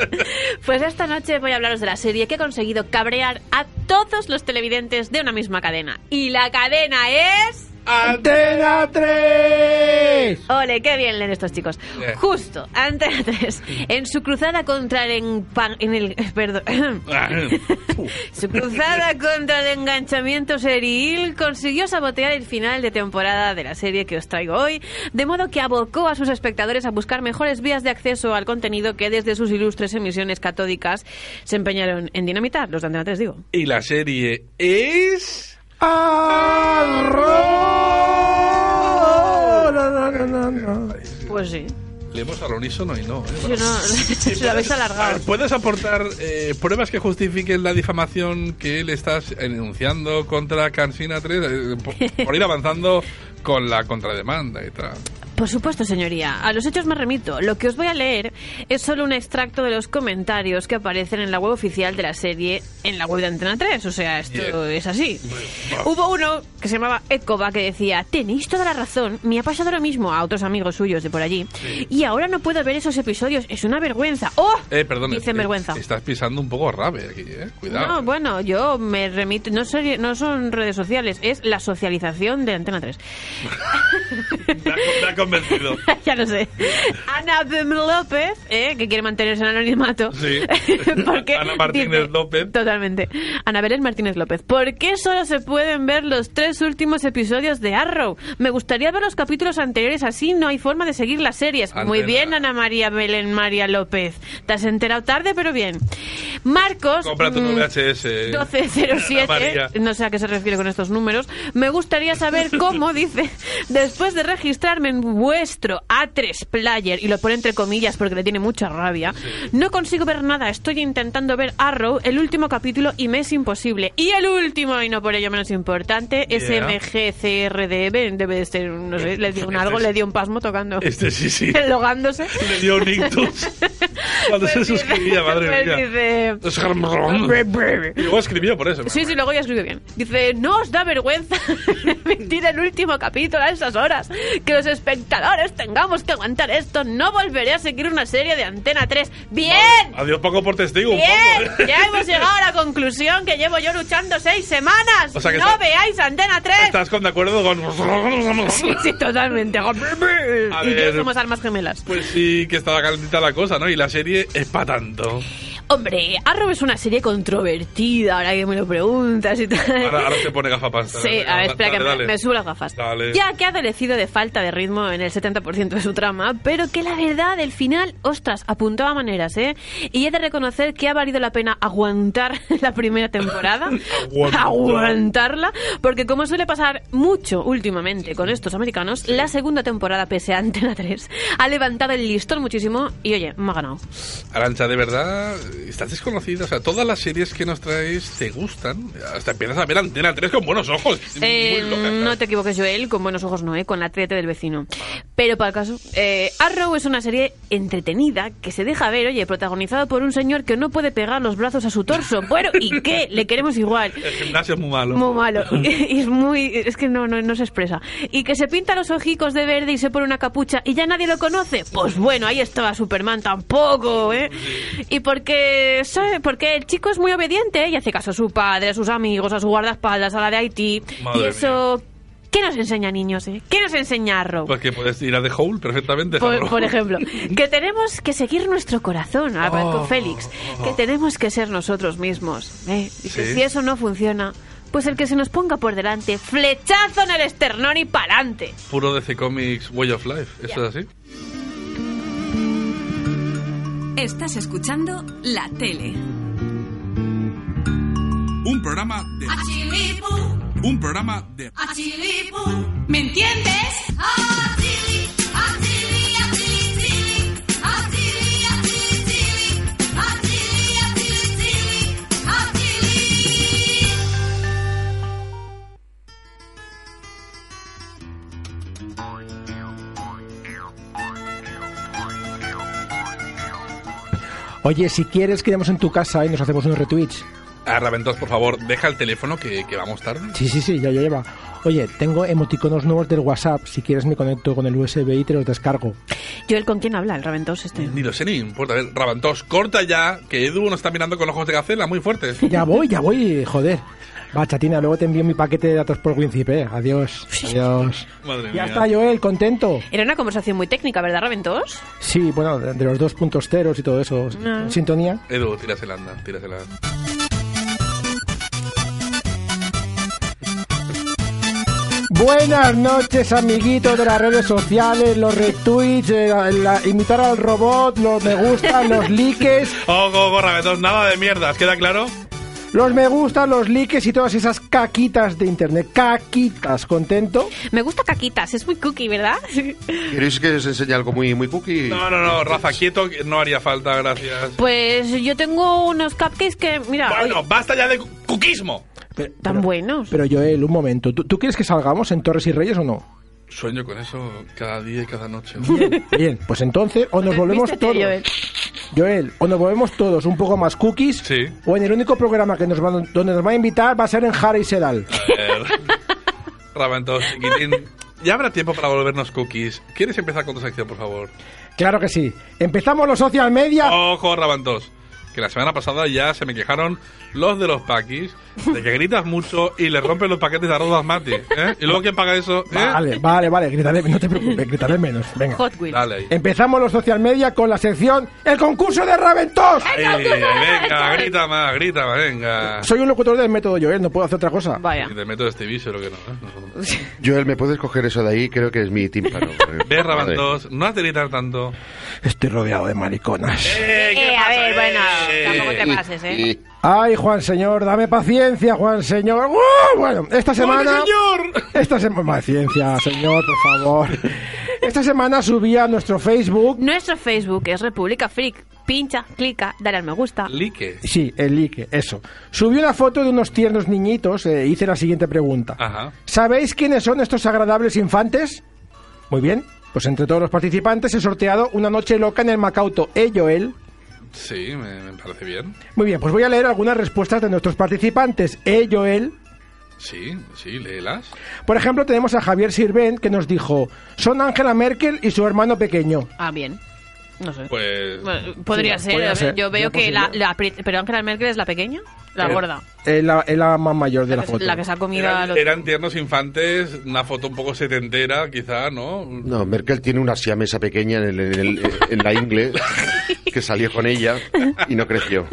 [SPEAKER 4] Pues esta noche voy a hablaros de la serie que ha conseguido cabrear a todos los televidentes de una misma cadena. Y la cadena es...
[SPEAKER 3] Ah.
[SPEAKER 6] ¡Antena 3!
[SPEAKER 4] Ole, qué bien leen estos chicos.
[SPEAKER 3] Eh.
[SPEAKER 6] Bien.
[SPEAKER 4] Justo, Antena 3, en su cruzada contra el empan- en el perdón, su cruzada contra el enganchamiento seril consiguió sabotear el final de temporada de la serie que os traigo hoy, de modo que abocó a sus espectadores a buscar mejores vías de acceso al contenido que desde sus ilustres emisiones catódicas se empeñaron en dinamitar, los de Antena 3 digo.
[SPEAKER 3] Y la serie E, es...
[SPEAKER 6] No, no, no, no, no.
[SPEAKER 4] Pues sí.
[SPEAKER 3] Leemos al unísono y no. ¿eh?
[SPEAKER 4] Yo no- se lo habéis alargado.
[SPEAKER 3] ¿Puedes aportar eh, pruebas que justifiquen la difamación que le estás enunciando contra Cansina 3? Eh, por, por ir avanzando con la contrademanda y tal.
[SPEAKER 4] Por supuesto, señoría. A los hechos me remito. Lo que os voy a leer es solo un extracto de los comentarios que aparecen en la web oficial de la serie, en la web de Antena 3. O sea, esto es así. Hubo uno que se llamaba Ecoba que decía, tenéis toda la razón, me ha pasado lo mismo a otros amigos suyos de por allí. Y ahora no puedo ver esos episodios, es una vergüenza. ¡Oh!
[SPEAKER 3] Eh, perdón.
[SPEAKER 4] Dice
[SPEAKER 3] eh,
[SPEAKER 4] vergüenza.
[SPEAKER 3] Estás pisando un poco rave aquí, eh. Cuidado.
[SPEAKER 4] No, bueno, yo me remito, no, soy- no son redes sociales, es la socialización de Antena 3.
[SPEAKER 3] Me ha convencido.
[SPEAKER 4] ya lo sé. Ana Bem López, ¿eh? que quiere mantenerse en anonimato.
[SPEAKER 3] Sí.
[SPEAKER 4] Porque
[SPEAKER 3] Ana Martínez López.
[SPEAKER 4] Totalmente. Ana Belén Martínez López. ¿Por qué solo se pueden ver los tres últimos episodios de Arrow? Me gustaría ver los capítulos anteriores, así no hay forma de seguir las series. Muy
[SPEAKER 17] Antena.
[SPEAKER 4] bien, Ana María Belén María López. Te has enterado tarde, pero bien. Marcos...
[SPEAKER 3] Compra tu
[SPEAKER 4] mm,
[SPEAKER 3] VHS.
[SPEAKER 4] 1207,
[SPEAKER 3] María.
[SPEAKER 4] no sé a qué se refiere con estos números, me gustaría saber cómo, dice, después de registrarme en vuestro A3 Player, y lo pone entre comillas porque le tiene mucha rabia, no consigo ver nada, estoy intentando ver Arrow, el último capítulo, y me es imposible. Y el último, y no por ello menos importante,
[SPEAKER 3] Yeah.
[SPEAKER 4] SMGCRDB, debe de ser, no sé, le dio un algo, le dio un pasmo tocando.
[SPEAKER 3] Este sí, sí.
[SPEAKER 4] Logándose.
[SPEAKER 3] Le dio un ictus cuando se suscribía, madre
[SPEAKER 4] Pues
[SPEAKER 3] mía.
[SPEAKER 4] dice, Pues,
[SPEAKER 3] Es Y luego escribió por eso.
[SPEAKER 4] Sí, sí, luego ya escribe bien. Dice, no os da vergüenza emitir el último capítulo a esas horas. Que los espectadores tengamos que aguantar esto. No volveré a seguir una serie de Antena 3. ¡Bien!
[SPEAKER 3] Adiós poco por testigo, un poco. ¿eh?
[SPEAKER 4] ¡Bien! Ya hemos llegado a la conclusión que llevo yo luchando seis semanas.
[SPEAKER 3] O sea que
[SPEAKER 4] ¡No
[SPEAKER 3] está-
[SPEAKER 4] veáis Antena 3!
[SPEAKER 3] ¿Estás con de acuerdo con...?
[SPEAKER 4] Sí, sí, totalmente.
[SPEAKER 3] A
[SPEAKER 4] y yo
[SPEAKER 3] ver.
[SPEAKER 4] somos almas gemelas.
[SPEAKER 3] Pues sí, que estaba calentita la cosa, ¿no? Y la serie es pa' tanto.
[SPEAKER 4] Hombre, Arrow es una serie controvertida, ahora que me lo preguntas y tal.
[SPEAKER 3] Ahora, ahora se pone gafapasta.
[SPEAKER 4] Sí, a ver, espera que me- me subo las gafas.
[SPEAKER 3] Dale.
[SPEAKER 4] Ya que ha adolecido de falta de ritmo en el 70% de su trama, pero que la verdad, el final, ostras, apuntaba maneras, ¿eh? Y he de reconocer que ha valido la pena aguantar la primera temporada,
[SPEAKER 17] Aguantar.
[SPEAKER 4] aguantarla, porque como suele pasar mucho últimamente con estos americanos, la segunda temporada, pese a Antena 3, ha levantado el listón muchísimo y, oye, me ha ganado.
[SPEAKER 3] Arancha, de verdad, estás desconocida. O sea, todas las series que nos traes te gustan. Hasta empiezas a ver Antena 3 con buenos ojos.
[SPEAKER 4] Eh, no te equivoques, Joel, con buenos ojos no, eh, con la trete del vecino. Pero para el caso, eh, Arrow es una serie entretenida que se deja ver, oye, protagonizado por un señor que no puede pegar los brazos a su torso. Bueno, ¿y qué? Le queremos igual.
[SPEAKER 3] El gimnasio es muy malo.
[SPEAKER 4] Muy malo. Y es muy. Es que no, no, no se expresa. Y que se pinta los ojicos de verde y se pone una capucha y ya nadie lo conoce. Pues bueno, ahí estaba Superman tampoco, ¿eh? Y porque. ¿sabe? Porque el chico es muy obediente ¿eh? y hace caso a su padre, a sus amigos, a su guardaespaldas, a la de Haití.
[SPEAKER 3] Madre
[SPEAKER 4] y eso. ¿Qué nos enseña, niños, eh? ¿Qué nos enseña Arrow?
[SPEAKER 3] Porque puedes ir a The Hole perfectamente.
[SPEAKER 4] Por,
[SPEAKER 3] Jarro.
[SPEAKER 4] por ejemplo, que tenemos que seguir nuestro corazón, Alberto
[SPEAKER 3] Oh.
[SPEAKER 4] Félix, que tenemos que ser nosotros mismos. ¿eh? Y que
[SPEAKER 3] Sí.
[SPEAKER 4] si eso no funciona, pues el que se nos ponga por delante, flechazo en el esternón y pa'lante.
[SPEAKER 3] Puro DC Comics Way of Life. ¿Eso es así?
[SPEAKER 9] Estás escuchando la tele.
[SPEAKER 13] Un programa de... Un programa de...
[SPEAKER 9] ¿Me entiendes?
[SPEAKER 6] Oye, si quieres, quedamos en tu casa y nos hacemos unos retweets.
[SPEAKER 3] Ah, Raventos, por favor, deja el teléfono que, que vamos tarde.
[SPEAKER 6] Sí, sí, sí, ya lleva. Oye, tengo emoticonos nuevos del WhatsApp. Si quieres, me conecto con el USB y te los descargo.
[SPEAKER 4] Joel, ¿con quién habla el Raventos este?
[SPEAKER 3] Ni lo sé ni me importa. A ver, Raventos, corta ya, que Edu nos está mirando con ojos de gacela muy fuertes.
[SPEAKER 6] Ya voy, ya voy, joder. Va, chatina, luego te envío mi paquete de datos por Wincip, eh. Adiós, adiós.
[SPEAKER 3] Madre
[SPEAKER 6] Ya está, Joel, contento.
[SPEAKER 4] Era una conversación muy técnica, ¿verdad, Raventos?
[SPEAKER 6] Sí, bueno, de de los dos puntos ceros y todo eso.
[SPEAKER 4] Ah.
[SPEAKER 6] Sintonía.
[SPEAKER 3] Edu, tiras el anda, tiras el anda.
[SPEAKER 6] Buenas noches, amiguitos de las redes sociales, los retweets, eh, la- la- imitar al robot, los me gustan, los likes,
[SPEAKER 3] Oh, go, go, Raventos, nada de mierdas, ¿queda claro?
[SPEAKER 6] los me gustan, los likes y todas esas caquitas de internet. Caquitas, ¿contento?
[SPEAKER 4] Me gusta Caquitas, es muy cookie, ¿verdad?
[SPEAKER 5] ¿Queréis que os enseñe algo muy, muy cookie?
[SPEAKER 3] No, no, no, Rafa, quieto, que no haría falta, gracias.
[SPEAKER 4] Pues yo tengo unos cupcakes que, mira,
[SPEAKER 3] Bueno,
[SPEAKER 4] oye,
[SPEAKER 3] basta ya de cu- cuquismo.
[SPEAKER 4] tan buenos.
[SPEAKER 6] Pero Joel, un momento, ¿tú, tú quieres que salgamos en Torres y Reyes o no?
[SPEAKER 3] Sueño con eso cada día y cada noche.
[SPEAKER 6] Bien, bien, pues entonces o nos volvemos
[SPEAKER 4] este,
[SPEAKER 6] todos. Joel. o nos volvemos todos un poco más cookies. O en el único programa que nos va, donde nos va a invitar va a ser en Harry Sedal.
[SPEAKER 3] Eh, Rabantos, chiquitín, ya habrá tiempo para volvernos cookies. ¿Quieres empezar con tu sección, por favor?
[SPEAKER 6] Claro que sí. Empezamos los social media.
[SPEAKER 3] Ojo, Rabantos, que la semana pasada ya se me quejaron los de los paquis de que gritas mucho y le rompen los paquetes de arroz basmati. ¿eh? ¿Y luego quién paga eso? ¿Eh?
[SPEAKER 6] Vale, vale, vale, gritaré, no te preocupes, gritaré menos. Venga.
[SPEAKER 4] Hot Wheels.
[SPEAKER 3] Dale ahí.
[SPEAKER 6] Empezamos los social media con la sección El concurso de Raventos.
[SPEAKER 3] Ahí, venga, grita más, grita más, venga.
[SPEAKER 6] Soy un locutor del método Joel, no puedo hacer otra cosa.
[SPEAKER 4] Vaya.
[SPEAKER 3] Y te meto este vicio, lo que no. ¿eh?
[SPEAKER 5] Joel, ¿me puedes coger eso de ahí? Creo que es mi tímpano.
[SPEAKER 3] ¿Ves, Rabantos? No has de gritar tanto.
[SPEAKER 6] Estoy rodeado de mariconas.
[SPEAKER 4] Eh, a ver, bueno, tampoco te pases, ¿eh?
[SPEAKER 6] Ay, Juan Señor, dame paciencia, Juan Señor. ¡Uh! Bueno, esta semana.
[SPEAKER 3] señor!
[SPEAKER 6] Esta semana. Paciencia, señor, por favor. Esta semana subí a nuestro Facebook.
[SPEAKER 4] Nuestro Facebook es República Freak. Pincha, clica, dale al me gusta.
[SPEAKER 3] Lique.
[SPEAKER 6] Sí, el like, eso. Subí una foto de unos tiernos niñitos e hice la siguiente pregunta.
[SPEAKER 3] Ajá.
[SPEAKER 6] ¿Sabéis quiénes son estos agradables infantes? Muy bien. Pues entre todos los participantes he sorteado una noche loca en el Macauto. ¿Eh, Joel?
[SPEAKER 3] Sí, me, me parece bien.
[SPEAKER 6] Muy bien, pues voy a leer algunas respuestas de nuestros participantes. ¿Eh, Joel?
[SPEAKER 3] Sí, sí, léelas.
[SPEAKER 6] Por ejemplo, tenemos a Javier Sirven que nos dijo: Son Angela Merkel y su hermano pequeño.
[SPEAKER 4] Ah, bien. No sé.
[SPEAKER 3] Pues.
[SPEAKER 4] Bueno, podría,
[SPEAKER 6] Sí,
[SPEAKER 4] ser,
[SPEAKER 6] podría
[SPEAKER 4] a ver,
[SPEAKER 6] ser,
[SPEAKER 4] Yo veo que
[SPEAKER 6] sería
[SPEAKER 4] la, la pri- ¿Pero Ángela Merkel es la pequeña? La
[SPEAKER 3] Eh,
[SPEAKER 4] gorda.
[SPEAKER 6] Es la, es la más mayor de la
[SPEAKER 4] que se-
[SPEAKER 6] foto.
[SPEAKER 4] la que se ha comido a
[SPEAKER 3] Eran,
[SPEAKER 4] los...
[SPEAKER 3] eran tiernos infantes, una foto un poco setentera, quizá, ¿no?
[SPEAKER 5] No, Merkel tiene una siamesa pequeña en, el- en el- en la ingle que salió con ella y no creció.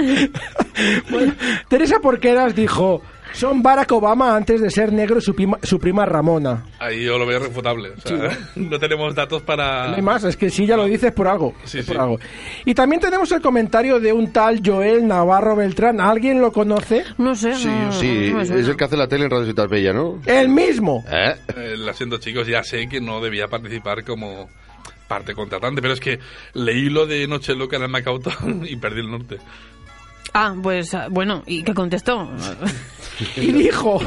[SPEAKER 6] Teresa Porqueras dijo: Son Barack Obama antes de ser negro y su prima, su prima Ramona.
[SPEAKER 3] Ahí yo lo veo refutable. O sea, no tenemos datos para.
[SPEAKER 6] No hay más, es que si ya lo dices por algo.
[SPEAKER 3] Sí,
[SPEAKER 6] es por
[SPEAKER 3] sí.
[SPEAKER 6] algo. Y también tenemos el comentario de un tal Joel Navarro Beltrán. ¿Alguien lo conoce?
[SPEAKER 4] No sé.
[SPEAKER 5] Sí,
[SPEAKER 4] Ah,
[SPEAKER 5] sí, es el que hace la tele en Radio Ciudad Bella, ¿no?
[SPEAKER 6] El mismo.
[SPEAKER 5] ¿Eh?
[SPEAKER 3] Eh, lo siento, chicos, ya sé que no debía participar como parte contratante, pero es que leí lo de Noche Loca en el Macauto y perdí el norte.
[SPEAKER 4] Ah, pues ah, bueno, ¿y qué contestó?
[SPEAKER 6] Y dijo,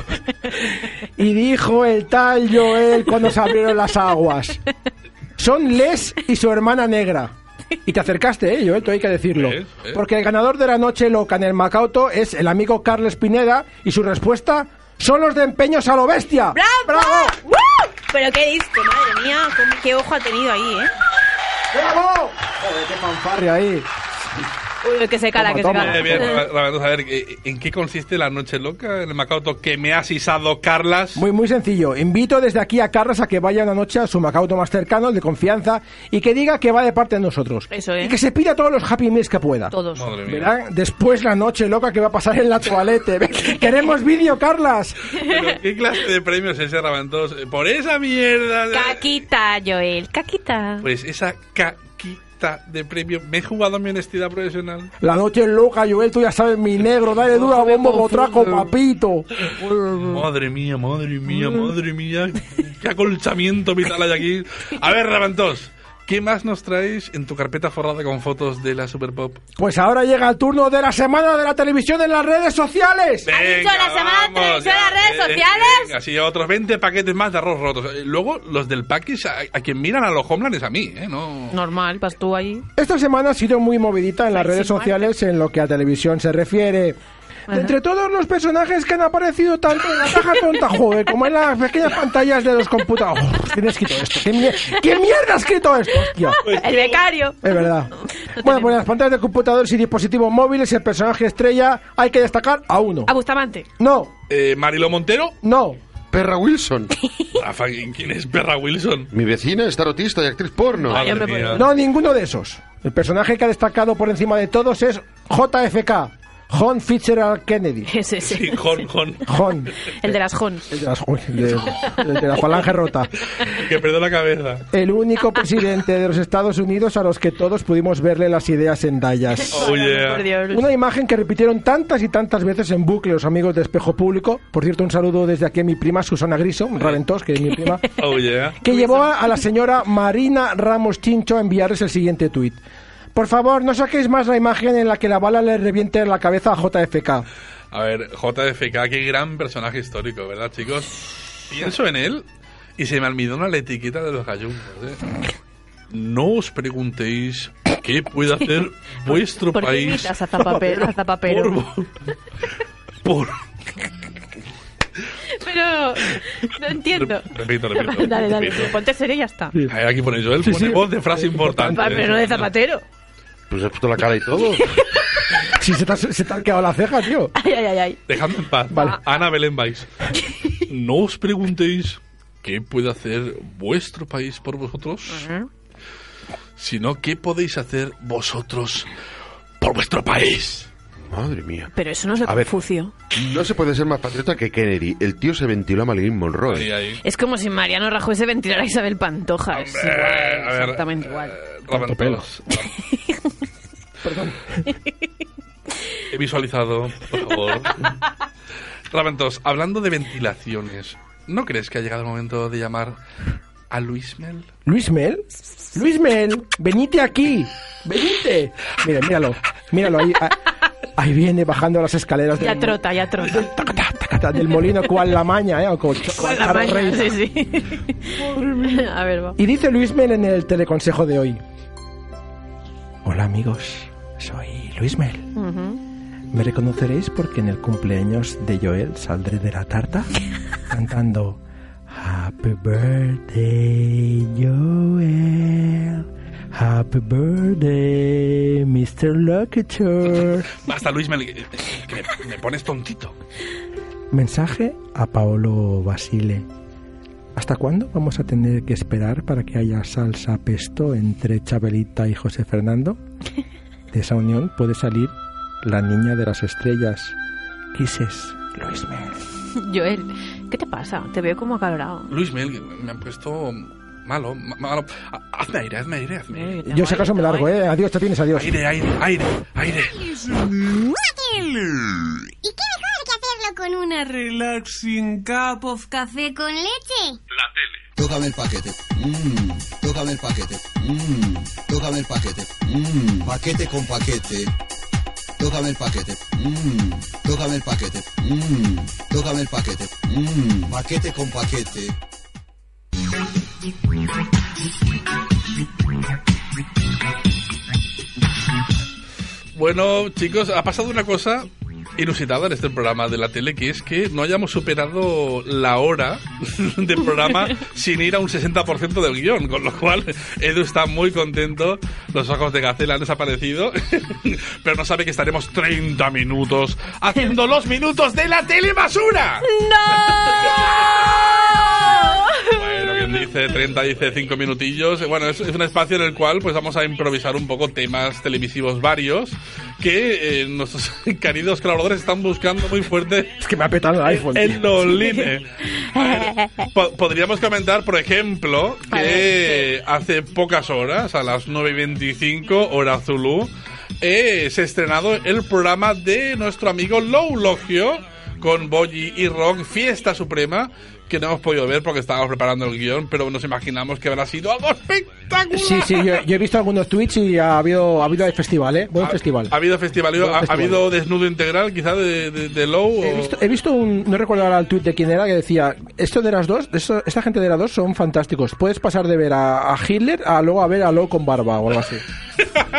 [SPEAKER 6] y dijo el tal Joel cuando se abrieron las aguas. Son Les y su hermana negra. Y te acercaste, ¿eh, Joel, tú hay que decirlo.
[SPEAKER 3] ¿Ves? ¿Ves?
[SPEAKER 6] Porque el ganador de la noche loca en el Macauto es el amigo Carles Pineda y su respuesta son los de empeños a lo bestia.
[SPEAKER 4] ¡Bravo! ¡Woo! Pero qué disco, madre mía, cómo- qué ojo ha tenido ahí, ¿eh?
[SPEAKER 6] ¡Bravo! Joder, qué fanfarria ahí.
[SPEAKER 4] Uy, que se
[SPEAKER 6] Toma,
[SPEAKER 4] cala, que se
[SPEAKER 6] toma.
[SPEAKER 4] cala.
[SPEAKER 3] Eh, bien, Ra- Rabantos, a ver, eh, ¿en qué consiste la Noche Loca en el Macauto que me ha sisado Carlas?
[SPEAKER 6] Muy, muy sencillo. Invito desde aquí a Carlos a que vaya una noche a su Macauto más cercano, el de confianza, y que diga que va de parte de nosotros.
[SPEAKER 4] Eso, ¿eh?
[SPEAKER 6] Y que se pida todos los Happy Meals que pueda.
[SPEAKER 4] Todos.
[SPEAKER 3] Madre mía.
[SPEAKER 6] Verán después la noche loca que va a pasar en la toalete. ¡Queremos vídeo, Carlas!
[SPEAKER 3] Pero, ¿Qué clase de premios es ese, Rabantos? Eh, Por esa mierda. de-
[SPEAKER 4] Caquita, Joel, caquita.
[SPEAKER 3] Pues esa caquita de premio. Me he jugado mi honestidad profesional.
[SPEAKER 6] La noche loca, Joel, tú ya sabes, mi negro. Dale duro a bombo, botraco, papito.
[SPEAKER 3] Madre mía, madre mía, madre mía. Qué acolchamiento vital hay aquí. A ver, Rabantos, ¿qué más nos traéis en tu carpeta forrada con fotos de la Super Pop?
[SPEAKER 6] Pues ahora llega el turno de la semana de la televisión en las redes sociales.
[SPEAKER 3] Venga,
[SPEAKER 4] la semana
[SPEAKER 3] vamos,
[SPEAKER 4] de
[SPEAKER 3] ya,
[SPEAKER 4] televisión en las redes
[SPEAKER 3] eh,
[SPEAKER 4] sociales?
[SPEAKER 3] venga, sí, otros 20 paquetes más de arroz rotos. Eh, Luego, los del paquis, a, a quien miran a los homeland es a mí, ¿eh? No.
[SPEAKER 4] Normal, vas tú ahí.
[SPEAKER 6] Esta semana ha sido muy movidita en las
[SPEAKER 4] Ay,
[SPEAKER 6] redes
[SPEAKER 4] sí,
[SPEAKER 6] sociales en lo que a televisión se refiere. De entre todos los personajes que han aparecido tanto en la caja tonta, joder, como en las pequeñas pantallas de los computadores. ¿Quién ha escrito esto? ¿Qué, mier- qué mierda ha escrito esto? Hostia.
[SPEAKER 4] El becario.
[SPEAKER 6] Es verdad. Bueno, pues en las pantallas de computadores y dispositivos móviles, el personaje estrella hay que destacar a uno.
[SPEAKER 4] A Bustamante.
[SPEAKER 6] No,
[SPEAKER 3] Eh, Marilo Montero,
[SPEAKER 6] no.
[SPEAKER 5] Perra Wilson.
[SPEAKER 3] Rafa, ¿quién es Perra Wilson?
[SPEAKER 5] Mi vecina es tarotista y actriz porno.
[SPEAKER 3] Madre
[SPEAKER 4] hombre, pues,
[SPEAKER 3] mía.
[SPEAKER 6] No, ninguno de esos. El personaje que ha destacado por encima de todos es JFK, John Fitzgerald Kennedy.
[SPEAKER 4] Ese, ese.
[SPEAKER 3] Sí, Jon, Jon.
[SPEAKER 6] John,
[SPEAKER 4] El de las Jons.
[SPEAKER 6] el de, las- uy, el de- el de la falange rota.
[SPEAKER 3] Que perdió la cabeza.
[SPEAKER 6] El único presidente de los Estados Unidos a los que todos pudimos verle las ideas endallas.
[SPEAKER 3] Oh, yeah.
[SPEAKER 4] Por Dios.
[SPEAKER 6] Una imagen que repitieron tantas y tantas veces en bucle los amigos de Espejo Público. Por cierto, un saludo desde aquí a mi prima Susana Griso, Raventos, que es mi prima.
[SPEAKER 3] Oh, yeah.
[SPEAKER 6] que llevó a, a la señora Marina Ramos Chincho a enviarles el siguiente tuit. Por favor, no saquéis más la imagen en la que la bala le reviente en la cabeza a JFK.
[SPEAKER 3] A ver, JFK, qué gran personaje histórico, ¿verdad, chicos? Pienso en él Y se me olvidó una la etiqueta de los gallumbos. ¿eh? No os preguntéis qué puede hacer vuestro
[SPEAKER 4] ¿Por qué
[SPEAKER 3] país
[SPEAKER 4] imitas a Zapapero? a Zapapero?
[SPEAKER 3] por...
[SPEAKER 4] Pero no entiendo.
[SPEAKER 3] Repito, repito.
[SPEAKER 4] dale, dale.
[SPEAKER 3] repito.
[SPEAKER 4] Ponte serio y ya está.
[SPEAKER 3] A ver, Aquí pone Joel, pone voz de frase importante.
[SPEAKER 4] Pa- Pero no de zapatero.
[SPEAKER 5] Pues he puesto la cara y todo.
[SPEAKER 6] Si se te, ha- se te han quedado las cejas, tío.
[SPEAKER 4] Ay, ay, ay, ay.
[SPEAKER 3] Dejadme en paz. Ana Belén Vais. No os preguntéis qué puede hacer vuestro país por vosotros, sino qué podéis hacer vosotros por vuestro país.
[SPEAKER 5] Madre mía.
[SPEAKER 4] Pero eso no es de
[SPEAKER 5] A ver.
[SPEAKER 4] Confucio.
[SPEAKER 5] No se puede ser más patriota que Kennedy. El tío se ventiló a Marilyn Monroe.
[SPEAKER 4] Es como si Mariano Rajoy se ventilara a Isabel Pantoja. Es
[SPEAKER 3] Hombre,
[SPEAKER 4] igual,
[SPEAKER 3] a ver,
[SPEAKER 4] exactamente igual.
[SPEAKER 3] Raven Pelos. He visualizado, por favor. Raventos, hablando de ventilaciones, ¿no crees que ha llegado el momento de llamar a Luis Mel?
[SPEAKER 6] ¿Luis Mel? ¡Luis Mel! ¡Venite aquí! ¡Venite! Mire, míralo. Míralo ahí. ah, Ahí viene bajando las escaleras
[SPEAKER 4] Ya
[SPEAKER 6] del,
[SPEAKER 4] trota, ya trota.
[SPEAKER 6] tacata, del molino, cual la maña, ¿eh? O como-
[SPEAKER 4] Con la
[SPEAKER 6] Charo
[SPEAKER 4] maña,
[SPEAKER 6] Rey.
[SPEAKER 4] sí, sí. A ver, va.
[SPEAKER 6] Y dice Luis Mel en el teleconsejo de hoy. Hola amigos, soy Luis Mel.
[SPEAKER 4] Ujú.
[SPEAKER 6] Me reconoceréis porque en el cumpleaños de Joel saldré de la tarta cantando Happy Birthday Joel. Happy Birthday Mr. Locator.
[SPEAKER 3] Basta, Luis Mel, que, que me, me pones tontito.
[SPEAKER 6] Mensaje a Paolo Basile. ¿Hasta cuándo vamos a tener que esperar para que haya salsa pesto entre Chabelita y José Fernando? De esa unión puede salir la niña de las estrellas. Quises, Luis Mel.
[SPEAKER 4] Joel, ¿qué te pasa? Te veo como acalorado.
[SPEAKER 3] Luis Mel, que me han puesto malo, ma- malo. Ha- Hazme aire, hazme aire, hazme aire.
[SPEAKER 6] Yo si acaso me largo, ¿eh? Adiós, te tienes, adiós.
[SPEAKER 3] Aire, aire, aire, aire.
[SPEAKER 2] ¿Y qué mejor que hacerlo con una relaxing cup of café con leche?
[SPEAKER 7] Tócame el paquete. Mmm, tócame el paquete. Mmm, tócame el paquete. Mmm, paquete con paquete. Tócame el paquete. Mmm, tócame el paquete. Mmm, tócame el paquete. Mmm, paquete con paquete.
[SPEAKER 3] Bueno, chicos, ha pasado una cosa inusitada en este programa de la tele, que es que no hayamos superado la hora de programa sin ir a un 60% del guión, con lo cual Edu está muy contento, los ojos de Gacela han desaparecido, pero no sabe que estaremos 30 minutos haciendo los minutos de la tele basura. ¡Oh! Bueno, quien dice 30 dice 5 minutillos. Eh, Bueno, es, es un espacio en el cual pues vamos a improvisar un poco temas televisivos varios que eh, nuestros queridos colaboradores están buscando muy fuerte
[SPEAKER 6] Es que me ha petado el iPhone. tío.
[SPEAKER 3] en los line. Po- podríamos comentar, por ejemplo, que hace pocas horas, a las 9 y 25, hora Zulu, eh, se ha estrenado el programa de nuestro amigo Low Logio con Boyi y Rock, Fiesta Suprema, que no hemos podido ver porque estábamos preparando el guión, pero nos imaginamos que habrá sido algo espectacular.
[SPEAKER 6] Sí, sí, yo, yo he visto algunos tweets y ha habido, ha habido festival, ¿eh? Buen festival.
[SPEAKER 3] Ha habido festival, ha, ha
[SPEAKER 6] Festival.
[SPEAKER 3] habido desnudo integral, quizá de, de- de Low. o-
[SPEAKER 6] He visto un, no recuerdo ahora el tweet de quién era, que decía, esto de las dos, esto- esta gente de las dos son fantásticos. Puedes pasar de ver a, a Hitler a luego a ver a Lowe con barba o algo así.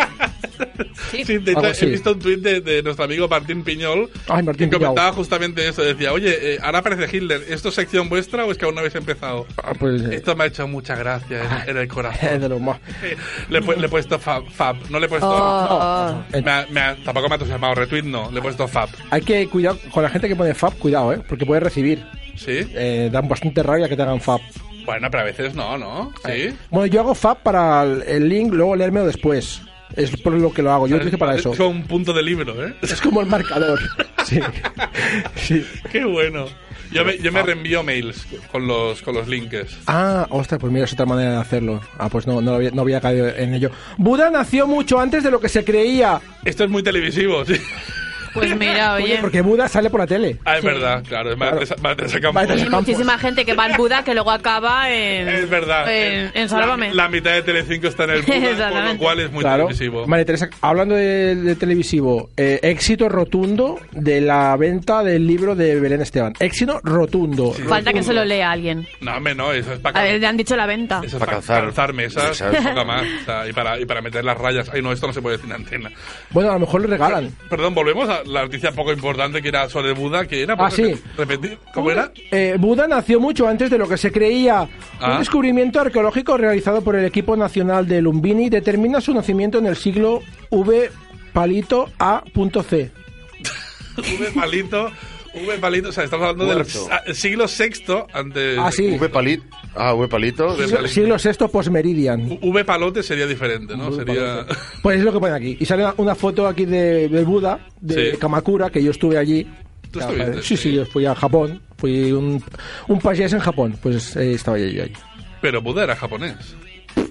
[SPEAKER 3] Sí, de hecho,
[SPEAKER 6] Algo así.
[SPEAKER 3] he visto un tuit de, de nuestro amigo Martín Piñol
[SPEAKER 6] Ay, Martín
[SPEAKER 3] que
[SPEAKER 6] Piñol.
[SPEAKER 3] comentaba justamente eso. Decía, oye, eh, ahora aparece Hitler. ¿Esto es sección vuestra o es que aún no habéis empezado?
[SPEAKER 6] Ah, pues, eh,
[SPEAKER 3] Esto me ha hecho mucha gracia en, en el corazón.
[SPEAKER 6] de lo más.
[SPEAKER 3] Le, he pu- le he puesto fab, fab. no le he puesto...
[SPEAKER 6] Oh.
[SPEAKER 3] Me ha- me ha- tampoco me ha entusiasmado retweet, no. Le he puesto fab.
[SPEAKER 6] Hay que cuidar con la gente que pone fab, cuidado, ¿eh? Porque puedes recibir.
[SPEAKER 3] ¿Sí?
[SPEAKER 6] Eh, dan bastante rabia que te hagan fab.
[SPEAKER 3] Bueno, pero a veces no, ¿no? Sí.
[SPEAKER 6] Bueno, yo hago fab para el, el link, luego leérmelo después. Es por lo que lo hago, yo lo utilizo para eso.
[SPEAKER 3] Es como un punto de libro, ¿eh?
[SPEAKER 6] Es como el marcador. Sí. sí.
[SPEAKER 3] Qué bueno. Yo me, yo me reenvío mails con los, con los links.
[SPEAKER 6] Ah, ostras, pues mira, es otra manera de hacerlo. Ah, pues no, no había, no había caído en ello. Buda nació mucho antes de lo que se creía.
[SPEAKER 3] Esto es muy televisivo, sí.
[SPEAKER 4] Pues mira, oye.
[SPEAKER 6] Porque Buda sale por la tele.
[SPEAKER 3] Ah, es verdad, claro. Es Martes, Martes a campo.
[SPEAKER 4] Hay muchísima gente que va al Buda que luego acaba en.
[SPEAKER 3] Es verdad.
[SPEAKER 4] En, en Sálvame.
[SPEAKER 3] La, la mitad de Telecinco está en el Buda, por lo
[SPEAKER 4] Exactamente.
[SPEAKER 3] cual es muy
[SPEAKER 6] Claro.
[SPEAKER 3] televisivo.
[SPEAKER 6] María Teresa, hablando de, de televisivo, eh, éxito rotundo de la venta del libro de Belén Esteban. Éxito rotundo.
[SPEAKER 4] Falta que se lo lea alguien.
[SPEAKER 3] No, hombre, no, eso es para
[SPEAKER 4] A ver, le han dicho la venta.
[SPEAKER 3] Eso es para calzar, mesas, poca más. O sea, y, para, y para meter las rayas. Ay, no, esto no se puede decir en antena.
[SPEAKER 6] Bueno, a lo mejor le regalan.
[SPEAKER 3] Perdón, volvemos a la noticia poco importante que era sobre Buda, que era...
[SPEAKER 6] Ah, sí.
[SPEAKER 3] repe- Repetir, ¿cómo era?
[SPEAKER 6] Eh, Buda nació mucho antes de lo que se creía.
[SPEAKER 3] Ah.
[SPEAKER 6] Un descubrimiento arqueológico realizado por el equipo nacional de Lumbini determina su nacimiento en el siglo V palito A.C.
[SPEAKER 3] V palito, V palito, o sea, estamos hablando del
[SPEAKER 5] Cuarto.
[SPEAKER 3] sa- siglo VI antes...
[SPEAKER 6] Ah, sí.
[SPEAKER 3] V,
[SPEAKER 5] palito. Ah, V palito.
[SPEAKER 6] Siglo, siglo VI postmeridian.
[SPEAKER 3] V palote sería diferente, ¿no? Sería...
[SPEAKER 6] Pues es lo que pone aquí. Y sale una- una foto aquí de, del Buda, de
[SPEAKER 3] Sí.
[SPEAKER 6] Kamakura, que yo estuve allí.
[SPEAKER 3] Tú
[SPEAKER 6] Ah,
[SPEAKER 3] estuviste,
[SPEAKER 6] vale. Sí, sí, yo fui a Japón. Fui un, un paseas en Japón. Pues eh, estaba yo allí.
[SPEAKER 3] Pero Buda era japonés.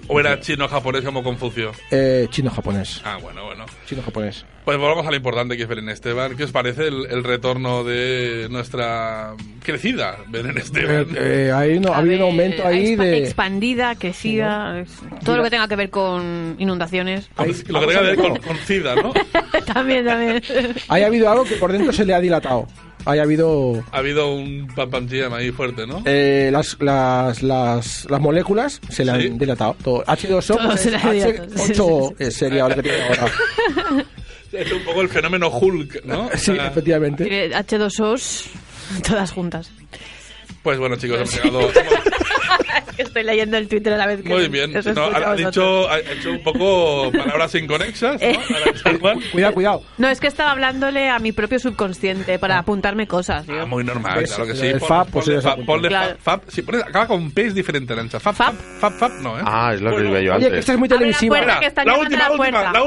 [SPEAKER 3] ¿O era chino-japonés como Confucio?
[SPEAKER 6] Eh, Chino-japonés.
[SPEAKER 3] Ah, bueno, bueno.
[SPEAKER 6] Chino-japonés.
[SPEAKER 3] Pues volvamos a lo importante que es Belén Esteban. ¿Qué os parece el, el retorno de nuestra crecida Belén
[SPEAKER 6] Eh,
[SPEAKER 3] Esteban?
[SPEAKER 6] eh, ahí no, ha habido un aumento ahí
[SPEAKER 4] Expa-
[SPEAKER 6] de...
[SPEAKER 4] Expandida, crecida, es- todo lo que tenga que ver con inundaciones.
[SPEAKER 3] Con- lo que tenga que ver con, con SIDA, ¿no?
[SPEAKER 4] también, también.
[SPEAKER 6] Ahí ha habido algo que por dentro se le ha dilatado. Ahí ha habido...
[SPEAKER 3] Ha habido un pam pam jam ahí fuerte, ¿no?
[SPEAKER 6] eh, las, las, las, las moléculas se le han
[SPEAKER 3] Sí.
[SPEAKER 6] dilatado. Todo. H2O,
[SPEAKER 3] Todo se le ha dilatado. Sí, sí,
[SPEAKER 6] H8O eh, sería ahora que tiene ahora.
[SPEAKER 3] Es un poco el fenómeno Hulk, ¿no? Ah, O
[SPEAKER 6] Sí,
[SPEAKER 3] sea,
[SPEAKER 6] efectivamente.
[SPEAKER 4] Tiene H2Os, todas juntas.
[SPEAKER 3] Pues bueno, chicos, hemos llegado.
[SPEAKER 4] Es que Estoy leyendo el Twitter a la vez que
[SPEAKER 3] Muy bien.
[SPEAKER 4] os
[SPEAKER 3] No,
[SPEAKER 4] escucho
[SPEAKER 3] ha,
[SPEAKER 4] a
[SPEAKER 3] ha
[SPEAKER 4] vosotros.
[SPEAKER 3] dicho, ha hecho un poco palabras inconexas, ¿no?
[SPEAKER 6] Eh. Cuidado, cuidado.
[SPEAKER 4] No, es que estaba hablándole a mi propio subconsciente para apuntarme cosas. tío.
[SPEAKER 3] Ah, Muy normal,
[SPEAKER 6] ¿Ves?
[SPEAKER 3] claro que
[SPEAKER 6] El
[SPEAKER 3] sí.
[SPEAKER 6] fab, pues
[SPEAKER 3] ponle
[SPEAKER 6] ya se
[SPEAKER 3] eh, fab,
[SPEAKER 6] apunta.
[SPEAKER 3] ponle
[SPEAKER 4] Claro.
[SPEAKER 3] fab, fab. Si pones, acaba con P es diferente, Lancha. Fab, fab, fab, fab, no, ¿eh?
[SPEAKER 5] Ah, es lo que iba yo
[SPEAKER 6] Oye, que
[SPEAKER 5] antes.
[SPEAKER 6] esta es muy televisiva.
[SPEAKER 4] puerta, que están
[SPEAKER 3] la
[SPEAKER 4] llamando
[SPEAKER 3] última,
[SPEAKER 4] a
[SPEAKER 3] la
[SPEAKER 4] la
[SPEAKER 3] última,
[SPEAKER 4] puerta.
[SPEAKER 3] la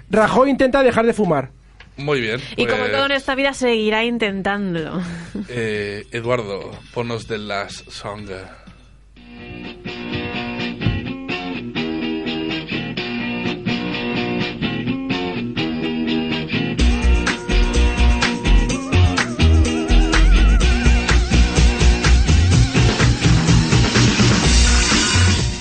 [SPEAKER 3] última.
[SPEAKER 6] Rajoy intenta dejar de fumar.
[SPEAKER 3] Muy bien.
[SPEAKER 4] Y como
[SPEAKER 3] pues,
[SPEAKER 4] todo en esta vida, seguirá intentándolo.
[SPEAKER 3] eh, Eduardo, ponos de las song.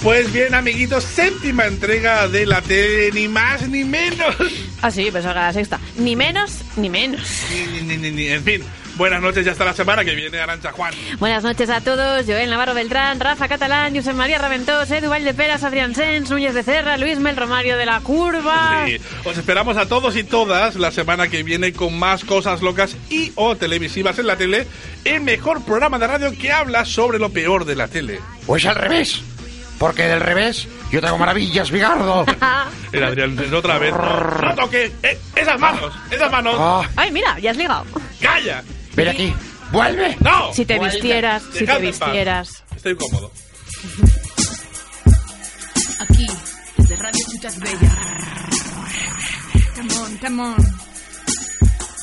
[SPEAKER 3] Pues bien, amiguitos, séptima entrega de la tele, ni más ni menos.
[SPEAKER 4] Ah, sí, pensaba que era la sexta. Ni menos, ni menos.
[SPEAKER 3] Ni, ni, ni, ni. En fin, buenas noches y hasta la semana que viene, Arancha Juan.
[SPEAKER 4] Buenas noches a todos. Joel Navarro Beltrán, Rafa Catalán, Josep María Raventós, Edu de Peras, Adrián Sens, Núñez Becerra, Luis Mel Romario de la Curva.
[SPEAKER 3] Sí. Os esperamos a todos y todas la semana que viene con más cosas locas y o televisivas en la tele, el mejor programa de radio que habla sobre lo peor de la tele.
[SPEAKER 18] Pues al revés. Porque del revés yo tengo maravillas, Vigardo.
[SPEAKER 3] El Adrián, otra vez. No, No toques eh, esas manos, esas manos.
[SPEAKER 4] Ah. Ay, mira, ya has ligado.
[SPEAKER 3] ¡Calla!
[SPEAKER 18] Ven aquí. ¡Vuelve!
[SPEAKER 3] ¡No!
[SPEAKER 4] Si te
[SPEAKER 3] Vuelve.
[SPEAKER 4] vistieras, si te
[SPEAKER 3] Dejadme en paz.
[SPEAKER 4] vistieras.
[SPEAKER 3] Estoy cómodo.
[SPEAKER 19] Aquí, desde Radio Chuchas Bellas. Tamón, tamón.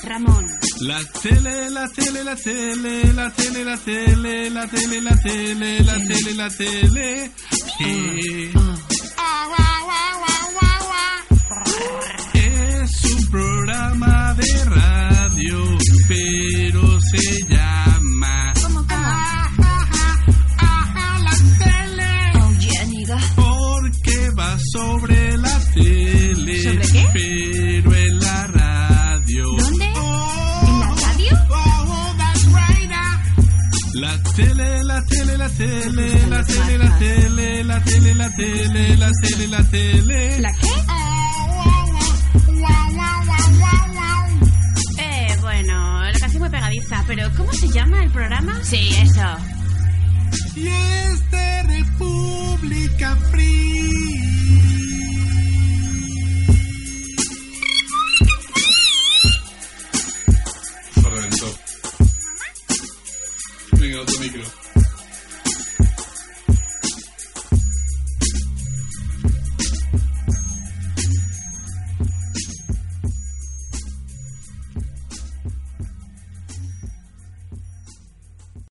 [SPEAKER 19] Ramón.
[SPEAKER 10] La tele, la tele, la tele, la tele, la tele, la tele, la tele, la tele, la tele. Eh, Es un programa de radio, pero se llama. Porque va sobre la tele.
[SPEAKER 11] ¿Sobre qué?
[SPEAKER 10] Pero en la radio.
[SPEAKER 11] ¿En la radio?
[SPEAKER 10] La tele, la tele, la tele, la tele, la tele, la tele, la tele, la tele, la tele.
[SPEAKER 19] ¿La qué?
[SPEAKER 12] Eh, bueno, la canción muy pegadiza, pero ¿cómo se llama el programa? Sí, eso.
[SPEAKER 10] Y es de República Free.
[SPEAKER 3] Se reventó. Venga, otro micro.
[SPEAKER 11] You